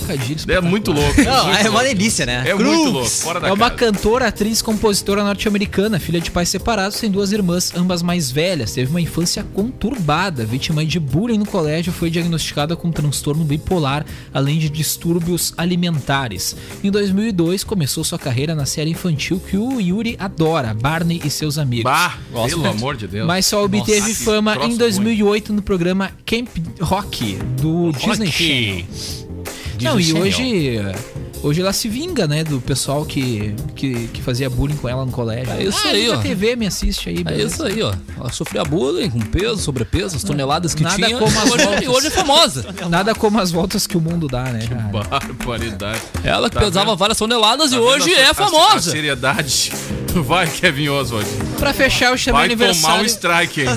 Speaker 5: Trocadilhos,
Speaker 4: É muito louco.
Speaker 6: Não, é uma delícia, né?
Speaker 4: É muito louco. Fora da
Speaker 5: É uma
Speaker 4: casa.
Speaker 5: cantora, atriz, compositora norte-americana, filha de pais separados, tem duas irmãs, ambas mais velhas. Teve uma infância conturbada, vítima de bullying no colégio, foi diagnosticada com transtorno bipolar, além de distúrbios alimentares. Em 2002, começou sua carreira na série infantil que o Yuri adora, Barney e seus amigos.
Speaker 4: Bah, pelo amor de Deus.
Speaker 5: Mas só obteve
Speaker 4: Nossa, que
Speaker 5: fama
Speaker 4: troço
Speaker 5: em 2008 no programa Camp Rock do Disney Channel. Não, e hoje. Hoje ela se vinga, né, do pessoal que, que, que fazia bullying com ela no colégio.
Speaker 4: Ah,
Speaker 5: Ah,
Speaker 7: É isso aí,
Speaker 5: liga
Speaker 7: ó.
Speaker 5: a TV, me assiste aí,
Speaker 7: É
Speaker 5: beleza.
Speaker 7: isso aí, ó. Ela sofria bullying com peso, sobrepeso, as toneladas que
Speaker 5: Nada
Speaker 7: tinha.
Speaker 5: como as
Speaker 7: hoje,
Speaker 5: voltas. Tá
Speaker 7: hoje é famosa.
Speaker 5: Nada como as voltas que o mundo dá, né, cara?
Speaker 4: Barbaridade.
Speaker 7: Ela que
Speaker 4: Tá
Speaker 7: pesava
Speaker 4: vendo?
Speaker 7: várias toneladas e
Speaker 4: Tá
Speaker 7: hoje
Speaker 4: vendo a-
Speaker 7: é
Speaker 4: a- A
Speaker 7: famosa.
Speaker 4: seriedade. Vai, Kevin Oswald.
Speaker 5: Pra fechar, eu
Speaker 4: Vai
Speaker 5: chamei
Speaker 4: tomar um
Speaker 5: É aniversário,
Speaker 4: strike, hein?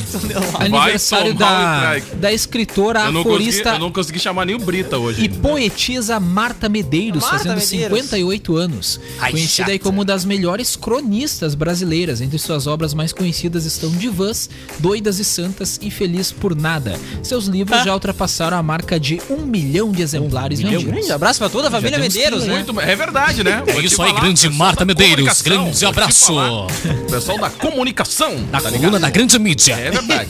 Speaker 5: aniversário
Speaker 4: tomar um
Speaker 5: da,
Speaker 4: strike.
Speaker 5: da escritora
Speaker 4: Eu não, consegui,
Speaker 5: aforista
Speaker 4: eu não consegui chamar nem o Brita hoje.
Speaker 5: e poetisa Marta Medeiros,
Speaker 6: Marta
Speaker 5: fazendo
Speaker 6: Medeiros.
Speaker 5: 58 anos.
Speaker 9: Ai,
Speaker 5: conhecida aí
Speaker 9: chata.
Speaker 5: como uma das melhores cronistas brasileiras. Entre suas obras mais conhecidas estão Divãs, Doidas e Santas e Feliz por Nada. Seus livros já ultrapassaram a marca de um milhão de exemplares vendidos.
Speaker 6: Grande abraço pra toda a família
Speaker 5: temos
Speaker 6: Medeiros, né?
Speaker 4: Muito, é verdade, né? Vou
Speaker 7: É
Speaker 4: te
Speaker 7: isso aí,
Speaker 4: falar,
Speaker 7: grande
Speaker 4: pessoal
Speaker 7: Marta
Speaker 4: da
Speaker 7: Medeiros.
Speaker 4: comunicação,
Speaker 7: Grande
Speaker 4: vou te
Speaker 7: abraço.
Speaker 4: falar. Pessoal da comunicação.
Speaker 7: Na
Speaker 4: tá
Speaker 7: coluna
Speaker 4: ligado?
Speaker 7: da grande mídia.
Speaker 4: É verdade.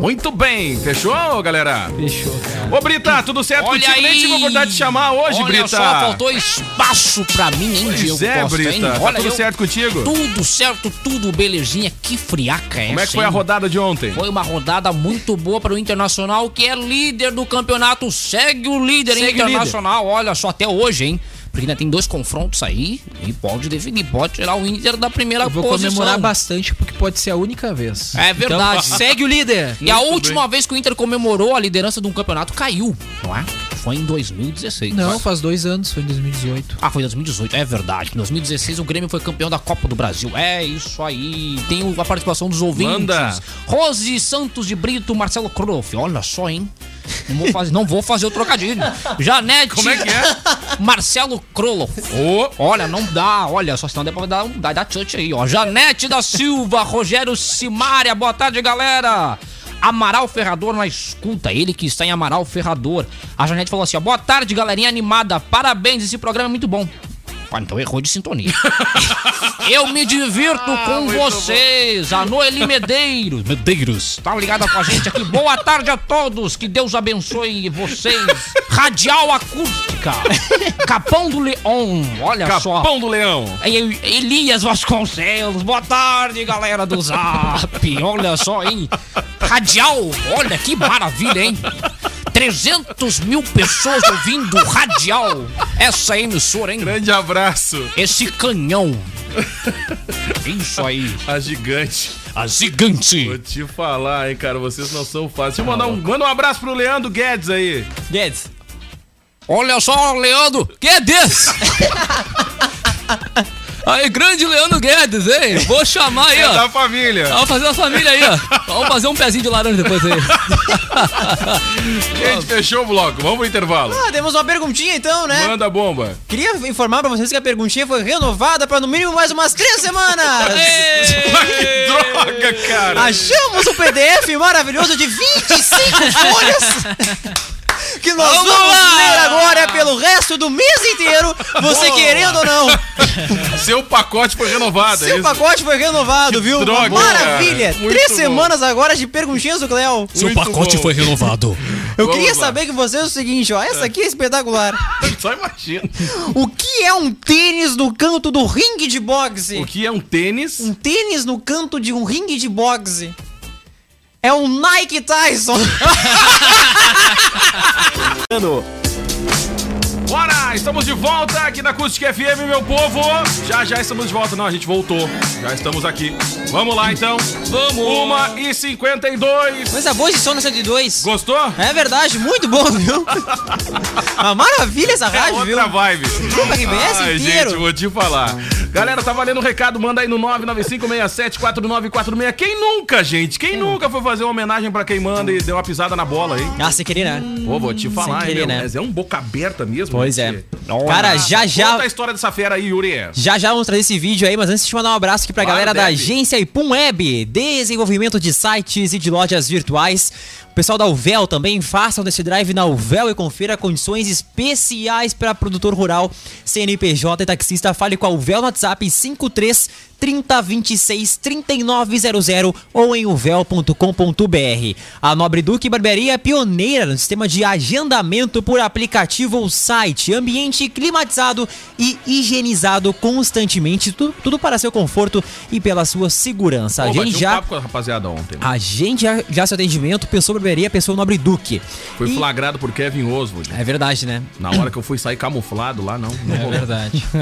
Speaker 4: Muito bem. Fechou, galera?
Speaker 5: Fechou, cara.
Speaker 4: Ô, Brita, tudo certo
Speaker 7: Olha
Speaker 4: contigo?
Speaker 7: aí.
Speaker 4: Nem tive a oportunidade de chamar hoje,
Speaker 7: Olha
Speaker 4: Brita.
Speaker 7: só, faltou espaço pra mim, hein, Diego
Speaker 4: Pois é,
Speaker 7: Costa, hein?
Speaker 4: Brita. Tá
Speaker 7: Olha,
Speaker 4: tudo
Speaker 7: eu-
Speaker 4: certo contigo?
Speaker 7: Tudo certo, tudo belezinha. Que friaca é
Speaker 4: Como é
Speaker 7: essa,
Speaker 4: que foi a
Speaker 7: hein?
Speaker 4: rodada de ontem?
Speaker 7: Foi uma rodada muito boa para o Internacional, que é líder do campeonato. Segue o líder hein,
Speaker 4: Segue o
Speaker 7: internacional, olha só, até hoje, hein? Porque ainda tem dois confrontos aí e pode definir, pode tirar o Inter da primeira
Speaker 5: Eu vou
Speaker 7: posição.
Speaker 5: comemorar bastante porque pode ser a única vez.
Speaker 7: É verdade.
Speaker 5: segue o líder.
Speaker 7: E a última vez que o Inter comemorou a liderança de um campeonato caiu, não é? Foi em 2016.
Speaker 5: Então, Não, faz dois anos, foi em 2018.
Speaker 7: Ah, foi em 2018, é verdade. Em 2016 o Grêmio foi campeão da Copa do Brasil. É isso aí. Tem o- a participação dos ouvintes.
Speaker 4: Manda.
Speaker 7: Rose Santos de Brito, Marcelo Croff. Olha só, hein? Não vou fazer, não vou fazer o trocadilho. Janete.
Speaker 4: Como é que é?
Speaker 7: Marcelo Kroloff.
Speaker 4: Ô,
Speaker 7: Olha, não dá, olha, só se não der pra dar, um- dar, dar touch aí, ó. Janete da Silva, Rogério Simária, boa tarde, galera. Amaral Ferrador na escuta, ele que está em Amaral Ferrador. A Janete falou assim, ó, boa tarde, galerinha animada, parabéns, esse programa é muito bom. Ah, então errou de sintonia. Eu me divirto
Speaker 4: Ah,
Speaker 7: com vocês, a Noeli Medeiros. Medeiros. Tá ligada com a gente aqui. Boa tarde a todos. Que Deus abençoe vocês. Radial Acústica. Capão do Leão. Olha só.
Speaker 4: Capão do Leão.
Speaker 7: Ei, Elias Vasconcelos, boa tarde, galera do Zap. Olha só, hein? Radial, olha que maravilha, hein? 300 mil pessoas ouvindo Radial. Essa emissora, hein?
Speaker 4: Grande abraço.
Speaker 7: Esse canhão. Isso aí.
Speaker 4: A tá gigante.
Speaker 7: A gigante.
Speaker 4: Vou te falar, hein, cara. Vocês não são fáceis. Deixa eu mandar um, manda um abraço pro Leandro Guedes aí.
Speaker 6: Guedes.
Speaker 7: Olha só, Leandro Guedes! aí, grande Leandro Guedes, hein? Vou chamar aí,
Speaker 4: É da
Speaker 7: ó. Tá
Speaker 4: família.
Speaker 7: Vamos fazer uma família aí, ó. Vamos fazer um pezinho de laranja depois aí.
Speaker 4: Gente, fechou o bloco. Vamos pro intervalo.
Speaker 6: Ah, temos uma perguntinha então, né?
Speaker 4: Manda a bomba.
Speaker 6: Queria informar pra vocês que a perguntinha foi renovada pra no mínimo mais umas três semanas.
Speaker 4: Que droga, cara.
Speaker 6: Achamos um PDF maravilhoso de 25 folhas. Que nós vamos, ler agora pelo resto do mês inteiro, você querendo ou não.
Speaker 4: Seu pacote foi renovado, é
Speaker 6: Seu
Speaker 4: isso?
Speaker 6: pacote foi renovado, viu?
Speaker 4: droga,
Speaker 6: Maravilha!
Speaker 4: cara. Muito
Speaker 6: Três
Speaker 4: bom.
Speaker 6: semanas agora de perguntinhas do Cléo.
Speaker 4: Seu pacote foi renovado.
Speaker 6: Eu
Speaker 4: Vamos
Speaker 6: queria
Speaker 4: lá.
Speaker 6: saber que vocês o seguinte, ó. Essa aqui é espetacular.
Speaker 4: Só imagina.
Speaker 6: O que é um tênis no canto do ringue de boxe?
Speaker 4: O que é um tênis?
Speaker 6: um tênis no canto de um ringue de boxe. É um Nike Tyson.
Speaker 3: Ano.
Speaker 4: Bora! Estamos de volta aqui na Acústica FM, meu povo! Já já estamos de volta. Não, a gente voltou. Já estamos aqui. Vamos lá então. Vamos! Uma e 52.
Speaker 5: Coisa boa de som na 102.
Speaker 4: Gostou?
Speaker 5: É verdade, muito bom, viu? Uma maravilha essa
Speaker 4: É
Speaker 5: rádio, viu?
Speaker 4: outra vibe.
Speaker 5: Chupa RBS
Speaker 4: Ai,
Speaker 5: inteiro.
Speaker 4: gente, vou te falar. Galera, tá valendo o recado, manda aí no 995674946. Quem nunca, gente? Quem
Speaker 5: Hum.
Speaker 4: nunca foi fazer uma homenagem pra quem manda e deu uma pisada na bola aí?
Speaker 5: Ah, você queria, né?
Speaker 4: Pô, vou te falar,
Speaker 5: querer,
Speaker 4: hein, meu?
Speaker 5: né?
Speaker 4: Mas é um boca aberta mesmo.
Speaker 5: Pois é.
Speaker 4: gente.
Speaker 5: Cara, já já.
Speaker 4: Conta a história dessa fera aí, Yuri.
Speaker 5: Já já vamos trazer esse vídeo aí, mas antes de mandar um abraço aqui pra
Speaker 4: Claro,
Speaker 5: galera da
Speaker 4: deve.
Speaker 5: agência Ipum Web, desenvolvimento de sites e de lojas virtuais. O pessoal da Uvel também, façam desse drive na Uvel e confira condições especiais para produtor rural, CNPJ e taxista. Fale com a Uvel no WhatsApp 53 30 26 3900 ou em uvel.com.br. A Nobre Duque Barbearia é pioneira no sistema de agendamento por aplicativo ou site, ambiente climatizado e higienizado constantemente, tu- tudo para seu conforto e pela sua segurança.
Speaker 4: Pô,
Speaker 5: A
Speaker 4: bati
Speaker 5: gente
Speaker 4: um
Speaker 5: já
Speaker 4: papo com a rapaziada ontem.
Speaker 5: Agende já, já seu atendimento, pensou barbearia, pensou Nobre Duque.
Speaker 4: Fui
Speaker 5: E-
Speaker 4: flagrado por Kevin Oswald.
Speaker 5: É verdade, né?
Speaker 4: Na hora que eu fui sair camuflado lá, não. não
Speaker 3: É
Speaker 4: rolou.
Speaker 3: verdade.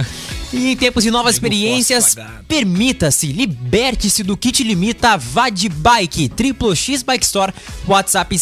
Speaker 5: E em tempos de novas experiências, permita-se, liberte-se do que te limita, vá de bike, Triplo X Bike Store, WhatsApp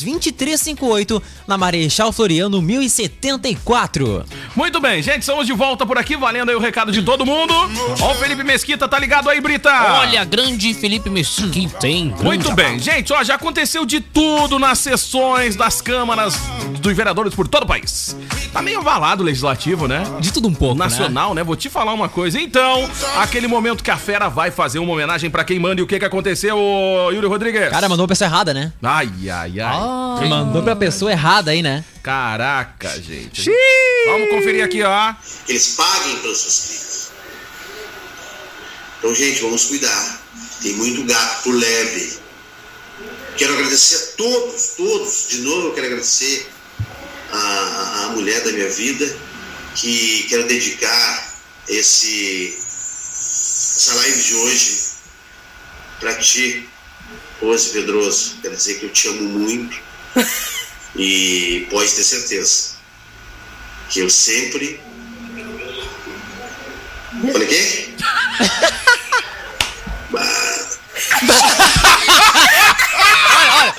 Speaker 5: 5136922358, na Marechal Floriano 1074.
Speaker 4: Muito bem, gente, estamos de volta por aqui, valendo aí o recado de todo mundo. Ó, o Felipe Mesquita, tá ligado aí, Brita?
Speaker 7: Olha, grande Felipe Mesquita, tem.
Speaker 4: Muito bem, gente, ó, já aconteceu de tudo nas sessões das câmaras dos vereadores por todo o país. Tá meio avalado o legislativo, né?
Speaker 7: De tudo um pouco,
Speaker 4: Nacional, né? Vou te falar uma coisa. Então, aquele momento que a fera vai fazer uma homenagem pra quem manda e o que que aconteceu, ô, Yuri Rodrigues?
Speaker 5: Cara, mandou Ah. pra pessoa errada, né?
Speaker 4: Ai, ai, ai.
Speaker 5: Mandou pra pessoa errada aí, né?
Speaker 4: Caraca, gente. Vamos conferir aqui, ó.
Speaker 6: Eles paguem pelos seus crimes. Então, gente, vamos cuidar. Tem muito gato por lebre. Quero agradecer a todos, todos. De novo, eu quero agradecer a, a mulher da minha vida, que quero dedicar esse, essa live de hoje para ti, Rose Pedroso. Quero dizer que eu te amo muito e pode ter certeza que eu sempre Olha aqui. olha, olha.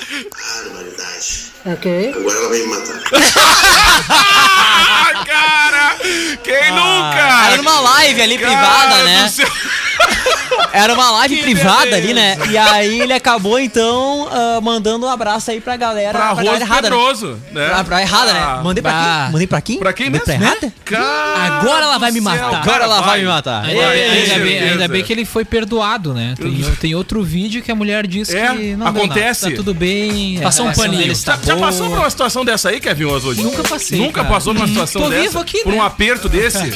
Speaker 6: Barbaridade.
Speaker 10: Ok.
Speaker 6: Agora ela vai me matar.
Speaker 4: Ah, cara! Quem nunca?
Speaker 5: Ah. Era numa live ali
Speaker 4: Cara
Speaker 5: privada,
Speaker 4: do
Speaker 5: né?
Speaker 4: céu.
Speaker 5: Era uma live privada ali, né? E aí ele acabou, então, ah, mandando um abraço aí pra galera.
Speaker 4: Pra
Speaker 5: galera
Speaker 4: Rose
Speaker 5: errada, né?
Speaker 4: Pedroso, né?
Speaker 5: Pra, pra errada,
Speaker 4: Ah,
Speaker 5: né? Mandei pra
Speaker 7: bah.
Speaker 5: quem? Mandei pra quem?
Speaker 4: Pra quem
Speaker 5: Mandei
Speaker 4: mesmo?
Speaker 5: pra errada?
Speaker 4: Cara
Speaker 7: Agora ela vai
Speaker 4: do
Speaker 7: me
Speaker 4: céu,
Speaker 7: matar.
Speaker 4: cara,
Speaker 5: Agora ela vai me matar.
Speaker 4: Vai,
Speaker 3: Ainda,
Speaker 4: com
Speaker 3: ainda bem,
Speaker 4: certeza.
Speaker 3: ainda bem que ele foi perdoado, né? Tem, tem outro vídeo que a mulher diz
Speaker 4: É,
Speaker 3: que não deu
Speaker 4: acontece.
Speaker 3: nada, Tá tudo bem. é,
Speaker 7: Passou um paninho.
Speaker 4: Já, já passou por uma situação dessa aí, Kevin Oswald?
Speaker 3: Nunca passei,
Speaker 4: Nunca
Speaker 3: cara. Uhum.
Speaker 4: passou por uma situação
Speaker 3: Tô
Speaker 4: dessa?
Speaker 3: vivo aqui,
Speaker 4: Por
Speaker 3: né?
Speaker 4: um aperto desse?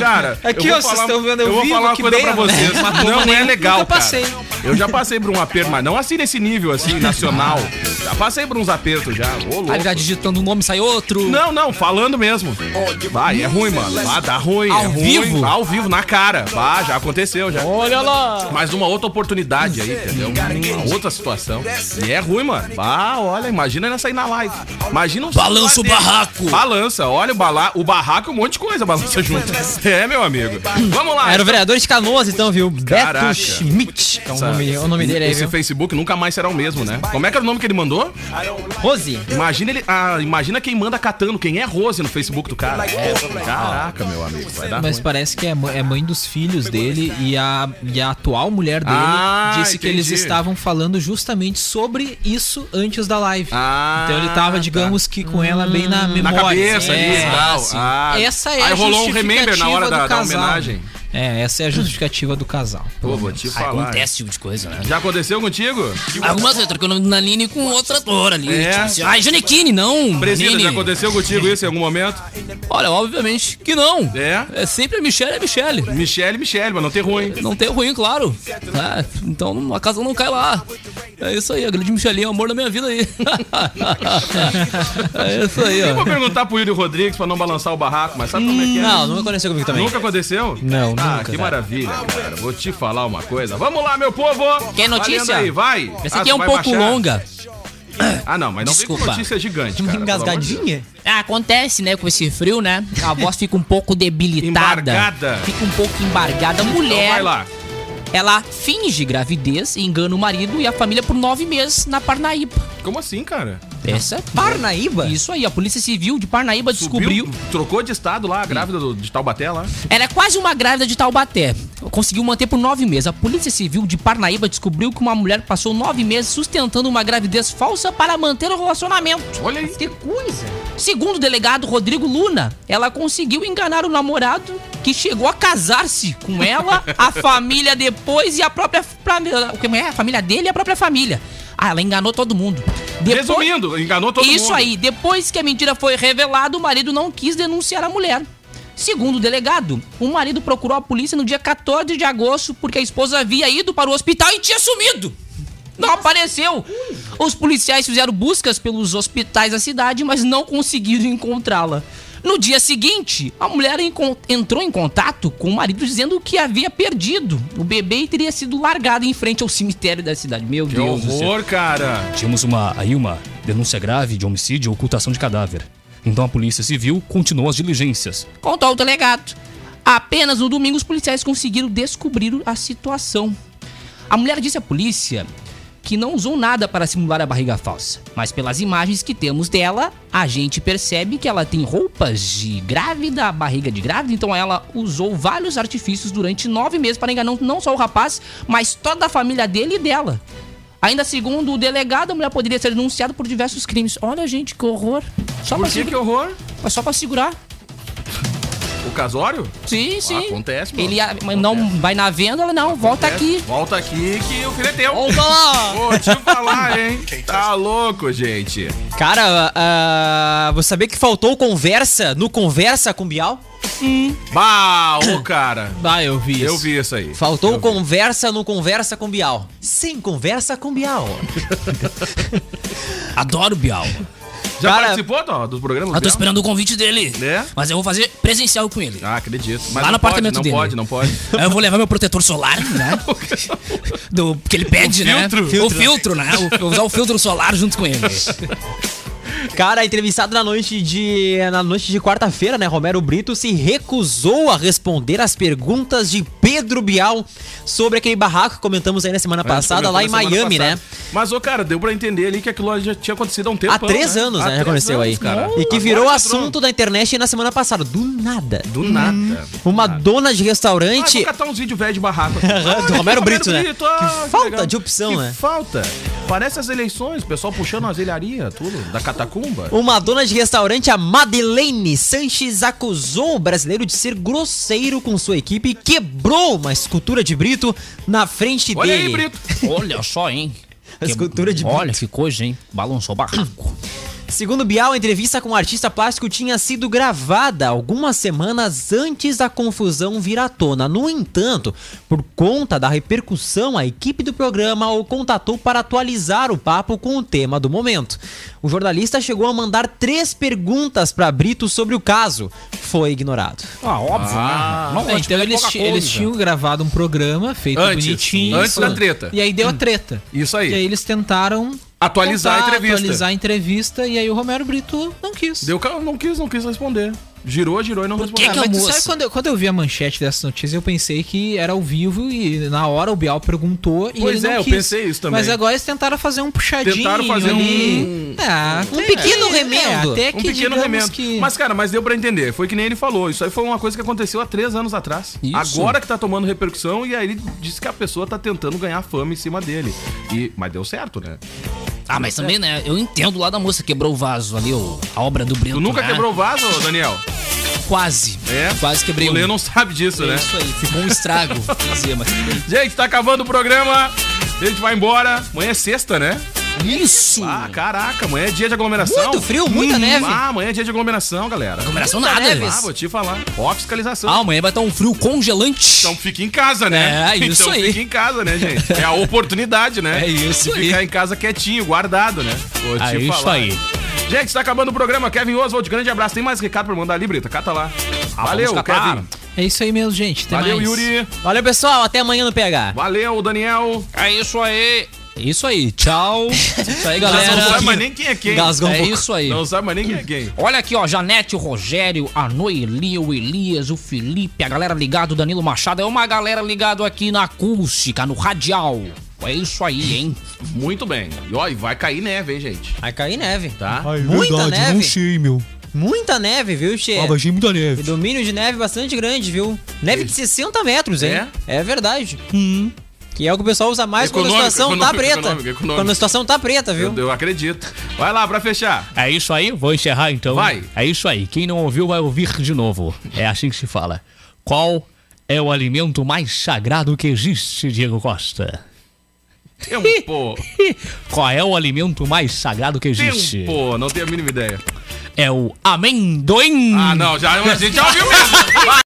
Speaker 4: Cara,
Speaker 3: Aqui,
Speaker 4: eu
Speaker 3: ó,
Speaker 4: vou
Speaker 3: vocês
Speaker 4: falar-
Speaker 3: estão vendo, eu
Speaker 4: vou
Speaker 3: vivo
Speaker 4: falar uma
Speaker 3: aqui
Speaker 4: coisa
Speaker 3: bem,
Speaker 4: pra vocês.
Speaker 3: né?
Speaker 4: Não é legal,
Speaker 3: Nunca
Speaker 4: cara.
Speaker 3: passei.
Speaker 4: Eu já passei por um aperto, mas não assim nesse nível, assim, nacional. Já passei por uns apertos já. Ô, louco.
Speaker 7: Aí já digitando um nome sai outro.
Speaker 4: Não, não, falando mesmo. Vai, é ruim, mano. Ah, dá ruim.
Speaker 7: Ao
Speaker 4: é ruim.
Speaker 7: vivo?
Speaker 4: Ao vivo, na cara. Ah, já aconteceu, já.
Speaker 7: Olha lá.
Speaker 4: Mas uma outra oportunidade aí, entendeu? Uma outra situação. E é ruim, mano. Ah, olha, imagina ela sair na live. Imagina um
Speaker 7: Balança o
Speaker 4: desse.
Speaker 7: barraco.
Speaker 4: Balança, olha o, bala... o barraco e um monte de coisa balança junto. É, meu amigo. Vamos lá.
Speaker 5: Era o vereador de Canoas, então, viu?
Speaker 4: Caraca.
Speaker 5: Beto Schmidt. que É o
Speaker 4: Essa-
Speaker 5: nome, é o nome dele aí,
Speaker 4: Esse
Speaker 5: viu?
Speaker 4: Facebook nunca mais será o mesmo, né? Como é que era o nome que ele mandou?
Speaker 5: Rose.
Speaker 4: Imagina ele. Ah, imagina quem manda catando, quem é Rose no Facebook do cara.
Speaker 7: É,
Speaker 4: Caraca, meu amigo, vai dar.
Speaker 3: Mas parece que é mã- é mãe dos filhos dele e a, e a atual mulher dele
Speaker 4: Ah,
Speaker 3: disse que eles
Speaker 4: entendi.
Speaker 3: estavam falando justamente sobre isso antes da live.
Speaker 4: Ah,
Speaker 3: então ele tava,
Speaker 4: tá.
Speaker 3: digamos que com ela bem na memória.
Speaker 4: Na
Speaker 3: assim,
Speaker 4: cabeça
Speaker 5: né?
Speaker 4: ali e
Speaker 3: é,
Speaker 4: tal.
Speaker 3: assim.
Speaker 4: Ah,
Speaker 3: Essa é
Speaker 4: Aí
Speaker 3: a
Speaker 4: rolou um
Speaker 3: justificativa
Speaker 4: remember na hora
Speaker 3: do
Speaker 4: da, da
Speaker 3: casal.
Speaker 4: homenagem.
Speaker 3: É, essa é a justificativa do casal.
Speaker 4: Pô, vou te falar.
Speaker 7: Acontece tipo de coisa, né?
Speaker 4: Já aconteceu contigo?
Speaker 7: Algumas vezes trocando na Nini com outra ator ali.
Speaker 4: É.
Speaker 7: Tipo assim, ai, Janequine, não.
Speaker 4: Presida,
Speaker 7: Nini.
Speaker 4: já aconteceu contigo isso em algum momento?
Speaker 7: Olha, obviamente que não.
Speaker 4: É.
Speaker 7: É sempre a Michelle, é Michelle.
Speaker 4: Michele, Michele, mas não tem ruim.
Speaker 7: Não tem ruim, claro. Ah, então a casa não cai lá. É isso aí, a grande Michelinha, o amor da minha vida aí. é isso aí,
Speaker 4: Eu vou
Speaker 7: ó.
Speaker 4: perguntar pro Yuri Rodrigues pra não balançar o barraco, mas sabe como é que é?
Speaker 5: Não, nunca aconteceu comigo também.
Speaker 4: Nunca aconteceu?
Speaker 5: Não,
Speaker 4: Ah,
Speaker 5: nunca,
Speaker 4: que
Speaker 5: cara.
Speaker 4: maravilha, cara. Vou te falar uma coisa. Vamos lá, meu povo.
Speaker 7: Quer notícia?
Speaker 4: Valendo Aí, vai.
Speaker 7: Essa
Speaker 4: Ah,
Speaker 7: aqui
Speaker 4: você
Speaker 7: é um
Speaker 4: vai
Speaker 7: pouco
Speaker 4: baixar?
Speaker 7: longa.
Speaker 4: Ah, não, mas não vem
Speaker 7: Desculpa.
Speaker 4: com notícia gigante.
Speaker 6: Uma
Speaker 4: Cara, pelo amor de
Speaker 6: engasgadinha?
Speaker 7: Ah, Acontece, né, com esse frio, né? A voz fica um pouco debilitada.
Speaker 4: Embargada.
Speaker 7: Fica um pouco embargada. A
Speaker 4: Deus. Então
Speaker 7: mulher,
Speaker 4: vai lá.
Speaker 7: ela finge gravidez e engana o marido e a família por nove meses na Parnaíba.
Speaker 4: Como assim, cara?
Speaker 7: Essa é
Speaker 6: Parnaíba?
Speaker 7: Isso aí, a Polícia Civil de Parnaíba descobriu.
Speaker 4: Subiu, trocou de estado lá, a grávida do- de Taubaté lá.
Speaker 7: Ela é quase uma grávida de Taubaté. Conseguiu manter por nove meses. A Polícia Civil de Parnaíba descobriu que uma mulher passou nove meses sustentando uma gravidez falsa para manter o relacionamento.
Speaker 4: Olha aí.
Speaker 6: Que coisa.
Speaker 7: Segundo o delegado Rodrigo Luna, ela conseguiu enganar o namorado que chegou a casar-se com ela, a família depois e a própria família. Como é? A família dele e a própria família. Ah, ela enganou todo mundo. Depois-
Speaker 4: Resumindo, enganou todo mundo.
Speaker 7: Isso aí, depois que a mentira foi revelada, o marido não quis denunciar a mulher. Segundo o delegado, o marido procurou a polícia no dia 14 de agosto porque a esposa havia ido para o hospital e tinha sumido. Não apareceu. Os policiais fizeram buscas pelos hospitais da cidade, mas não conseguiram encontrá-la. No dia seguinte, a mulher encon- entrou em contato com o marido dizendo que havia perdido o bebê e teria sido largada em frente ao cemitério da cidade. Meu
Speaker 4: Que
Speaker 7: Deus do céu.
Speaker 4: horror, cara.
Speaker 11: Tínhamos uma, aí uma denúncia grave de homicídio e ocultação de cadáver. Então a Polícia Civil continuou as diligências.
Speaker 7: contou o delegado. Apenas no domingo os policiais conseguiram descobrir a situação. A mulher disse à polícia que não usou nada para simular a barriga falsa, mas pelas imagens que temos dela, a gente percebe que ela tem roupas de grávida, barriga de grávida, então ela usou vários artifícios durante nove meses para enganar não só o rapaz, mas toda a família dele e dela. Ainda segundo o delegado, a mulher poderia ser denunciada por diversos crimes. Olha, gente, que horror. Só
Speaker 4: Por
Speaker 7: pra,
Speaker 4: que, que
Speaker 7: segura-
Speaker 4: horror?
Speaker 7: só pra segurar.
Speaker 4: O casório?
Speaker 7: Sim, sim.
Speaker 4: Ah, acontece, mano.
Speaker 7: Ele a- mas não vai na venda, ela não,
Speaker 6: Tá
Speaker 7: volta aqui.
Speaker 4: É. Volta aqui que o filho é teu.
Speaker 7: Volta lá.
Speaker 4: Vou te falar, hein? Tá louco, gente.
Speaker 6: Cara, ah, você sabia que faltou conversa no Conversa com Bial?
Speaker 4: Bah, ô, cara.
Speaker 5: Ah, eu vi isso.
Speaker 4: Eu vi isso aí.
Speaker 6: Faltou conversa no Conversa com Bial. Sem Conversa com Bial.
Speaker 7: Adoro o Bial.
Speaker 4: Já
Speaker 6: Cara-
Speaker 4: participou do, dos programas?
Speaker 7: Eu tô
Speaker 4: dela?
Speaker 7: esperando o convite dele.
Speaker 4: É?
Speaker 7: Mas eu vou fazer presencial com ele.
Speaker 4: Ah, acredito. Mas
Speaker 7: Lá
Speaker 4: não
Speaker 7: no apartamento
Speaker 4: pode,
Speaker 7: dele.
Speaker 4: Não pode, não pode.
Speaker 7: Aí Eu vou levar meu protetor solar, né? Do que ele pede, né?
Speaker 4: filtro.
Speaker 7: O filtro, né? Eu vou usar o filtro solar junto com ele.
Speaker 6: Cara, entrevistado na noite de na noite de quarta-feira, né, Romero Brito se recusou a responder às perguntas de Pedro Bial sobre aquele barraco que comentamos aí na semana passada lá em
Speaker 4: É, Comentou na semana
Speaker 6: Miami, né?
Speaker 4: passada. Mas, ô, cara, deu pra entender ali que aquilo já tinha acontecido há um tempo.
Speaker 6: Há três anos, né? Já aconteceu aí. E que virou assunto Uhum. da internet na semana passada. Do nada.
Speaker 4: Do nada.
Speaker 6: Uma dona de
Speaker 4: Ah, vou
Speaker 6: restaurante.
Speaker 4: catar uns vídeos velhos de barraco. aqui.
Speaker 6: Aham, do
Speaker 4: Olha,
Speaker 6: Romero Brito, né?
Speaker 4: ah,
Speaker 6: Que falta
Speaker 4: legal.
Speaker 6: de opção,
Speaker 4: que
Speaker 6: né?
Speaker 4: falta. Parece as eleições, o pessoal puxando as ilharias, tudo, da catacumba.
Speaker 6: Uma dona de restaurante, a Madeleine Sanches, acusou o brasileiro de ser grosseiro com sua equipe e quebrou uma escultura de Brito na frente
Speaker 4: Olha
Speaker 6: dele.
Speaker 4: aí, Brito.
Speaker 7: Olha só, hein?
Speaker 6: A escultura de
Speaker 7: Olha que coisa, hein? Balançou o barraco.
Speaker 6: Segundo Bial, a entrevista com o artista plástico tinha sido gravada algumas semanas antes da confusão vir à tona. No entanto, por conta da repercussão, a equipe do programa o contatou para atualizar o papo com o tema do momento. O jornalista chegou a mandar três perguntas para Brito sobre o caso. Foi ignorado.
Speaker 7: Ah, óbvio, né? Não,
Speaker 5: É, então eles, ti- eles tinham gravado um programa feito
Speaker 4: Antes.
Speaker 5: bonitinho.
Speaker 4: Antes da treta. Hum.
Speaker 5: E aí deu a treta.
Speaker 4: Isso aí.
Speaker 5: E aí eles tentaram
Speaker 4: Atualizar a entrevista.
Speaker 5: Atualizar a entrevista e aí o Romero Brito não quis.
Speaker 4: Deu ca- não quis, não quis responder. Girou, girou e não respondeu.
Speaker 7: que
Speaker 5: Ah,
Speaker 7: a
Speaker 5: mas tu
Speaker 7: moça-
Speaker 5: sabe quando eu, quando eu vi a manchete dessa notícia, eu pensei que era ao vivo e na hora o Bial perguntou e
Speaker 4: Pois
Speaker 5: ele não
Speaker 4: é, eu
Speaker 5: quis.
Speaker 4: pensei isso também.
Speaker 5: Mas agora eles tentaram fazer um puxadinho
Speaker 4: Tentaram fazer
Speaker 5: ali. Ah,
Speaker 6: um pequeno remendo.
Speaker 5: até que
Speaker 4: Um pequeno
Speaker 5: digamos
Speaker 4: remendo.
Speaker 5: que-
Speaker 4: Mas, cara, mas deu pra entender. Foi que nem ele falou. Isso aí foi uma coisa que aconteceu há três anos atrás.
Speaker 7: Isso.
Speaker 4: Agora que tá tomando repercussão, e aí ele disse que a pessoa tá tentando ganhar fama em cima dele. E, mas deu certo, né?
Speaker 7: Ah, mas também, né? Eu entendo lá da moça quebrou o vaso ali, ô, a obra do Brito.
Speaker 4: Tu nunca
Speaker 7: né?
Speaker 4: quebrou o vaso, Daniel?
Speaker 7: Quase.
Speaker 4: É.
Speaker 7: Quase quebrei
Speaker 4: O
Speaker 7: um.
Speaker 4: Lê não sabe disso, né?
Speaker 7: Isso aí, ficou um estrago. Fazer, mas...
Speaker 4: Gente, tá acabando o programa. A gente vai embora. Amanhã é sexta, né?
Speaker 7: Isso!
Speaker 4: Ah, caraca, amanhã é dia de aglomeração.
Speaker 6: Muito frio, muita neve.
Speaker 4: Ah, amanhã é dia de aglomeração, galera.
Speaker 7: Aglomeração nada.
Speaker 4: Ah, vou te falar. Ó, a fiscalização.
Speaker 7: Ah, amanhã vai estar um frio congelante.
Speaker 4: Então fica em casa, né?
Speaker 7: É, isso
Speaker 4: então
Speaker 7: aí.
Speaker 4: fica em casa, né, gente? É a oportunidade, né?
Speaker 7: É isso
Speaker 4: De
Speaker 7: aí.
Speaker 4: ficar em casa quietinho, guardado, né? Vou te
Speaker 7: É isso aí.
Speaker 4: Gente, está acabando o programa. Kevin Oswald, grande abraço. Tem mais recado pra mandar ali, Brita? Cata lá. Valeu,
Speaker 7: Ah, vamos catar.
Speaker 4: Kevin.
Speaker 5: É isso aí mesmo, gente. Até
Speaker 4: Valeu,
Speaker 5: mais.
Speaker 4: Yuri.
Speaker 6: Valeu, pessoal. Até amanhã no PH.
Speaker 4: Valeu, Daniel.
Speaker 7: É isso aí. Isso aí, tchau. Isso aí, galera.
Speaker 4: Não sabe mais nem quem é quem.
Speaker 7: Gasgão É isso aí.
Speaker 4: Não sabe mais nem quem é quem.
Speaker 7: Olha aqui, ó, Janete, o Rogério, a Noeli, o Elias, o Felipe, a galera ligado, o Danilo Machado, é uma galera ligado aqui na acústica, no radial. É isso aí, hein?
Speaker 4: Muito bem. E ó, e vai cair neve, hein, gente?
Speaker 5: Vai cair neve.
Speaker 4: Tá?
Speaker 5: Muita neve. É.
Speaker 6: não sei, meu.
Speaker 5: Muita neve, viu, Che?
Speaker 6: Ah, baixei muita neve.
Speaker 5: Domínio de neve bastante grande, viu? Neve de 60 metros, hein? É, verdade. Que é o que o pessoal usa mais quando
Speaker 4: Econômico,
Speaker 5: a situação tá
Speaker 4: econômico,
Speaker 5: preta.
Speaker 4: econômico, econômico.
Speaker 5: Quando a situação tá preta, viu?
Speaker 4: Eu, eu acredito. Vai lá, pra fechar.
Speaker 6: É isso aí, vou encerrar então.
Speaker 4: Vai.
Speaker 6: É isso aí, quem não ouviu vai ouvir de novo. É assim que se fala. Qual é o alimento mais sagrado que existe, Diego Costa?
Speaker 4: Tempo.
Speaker 6: Qual é o alimento mais sagrado que existe?
Speaker 4: Tempo. Não tenho a mínima ideia.
Speaker 6: É o amendoim.
Speaker 4: Ah, não. Já, a gente já ouviu mesmo. Vai.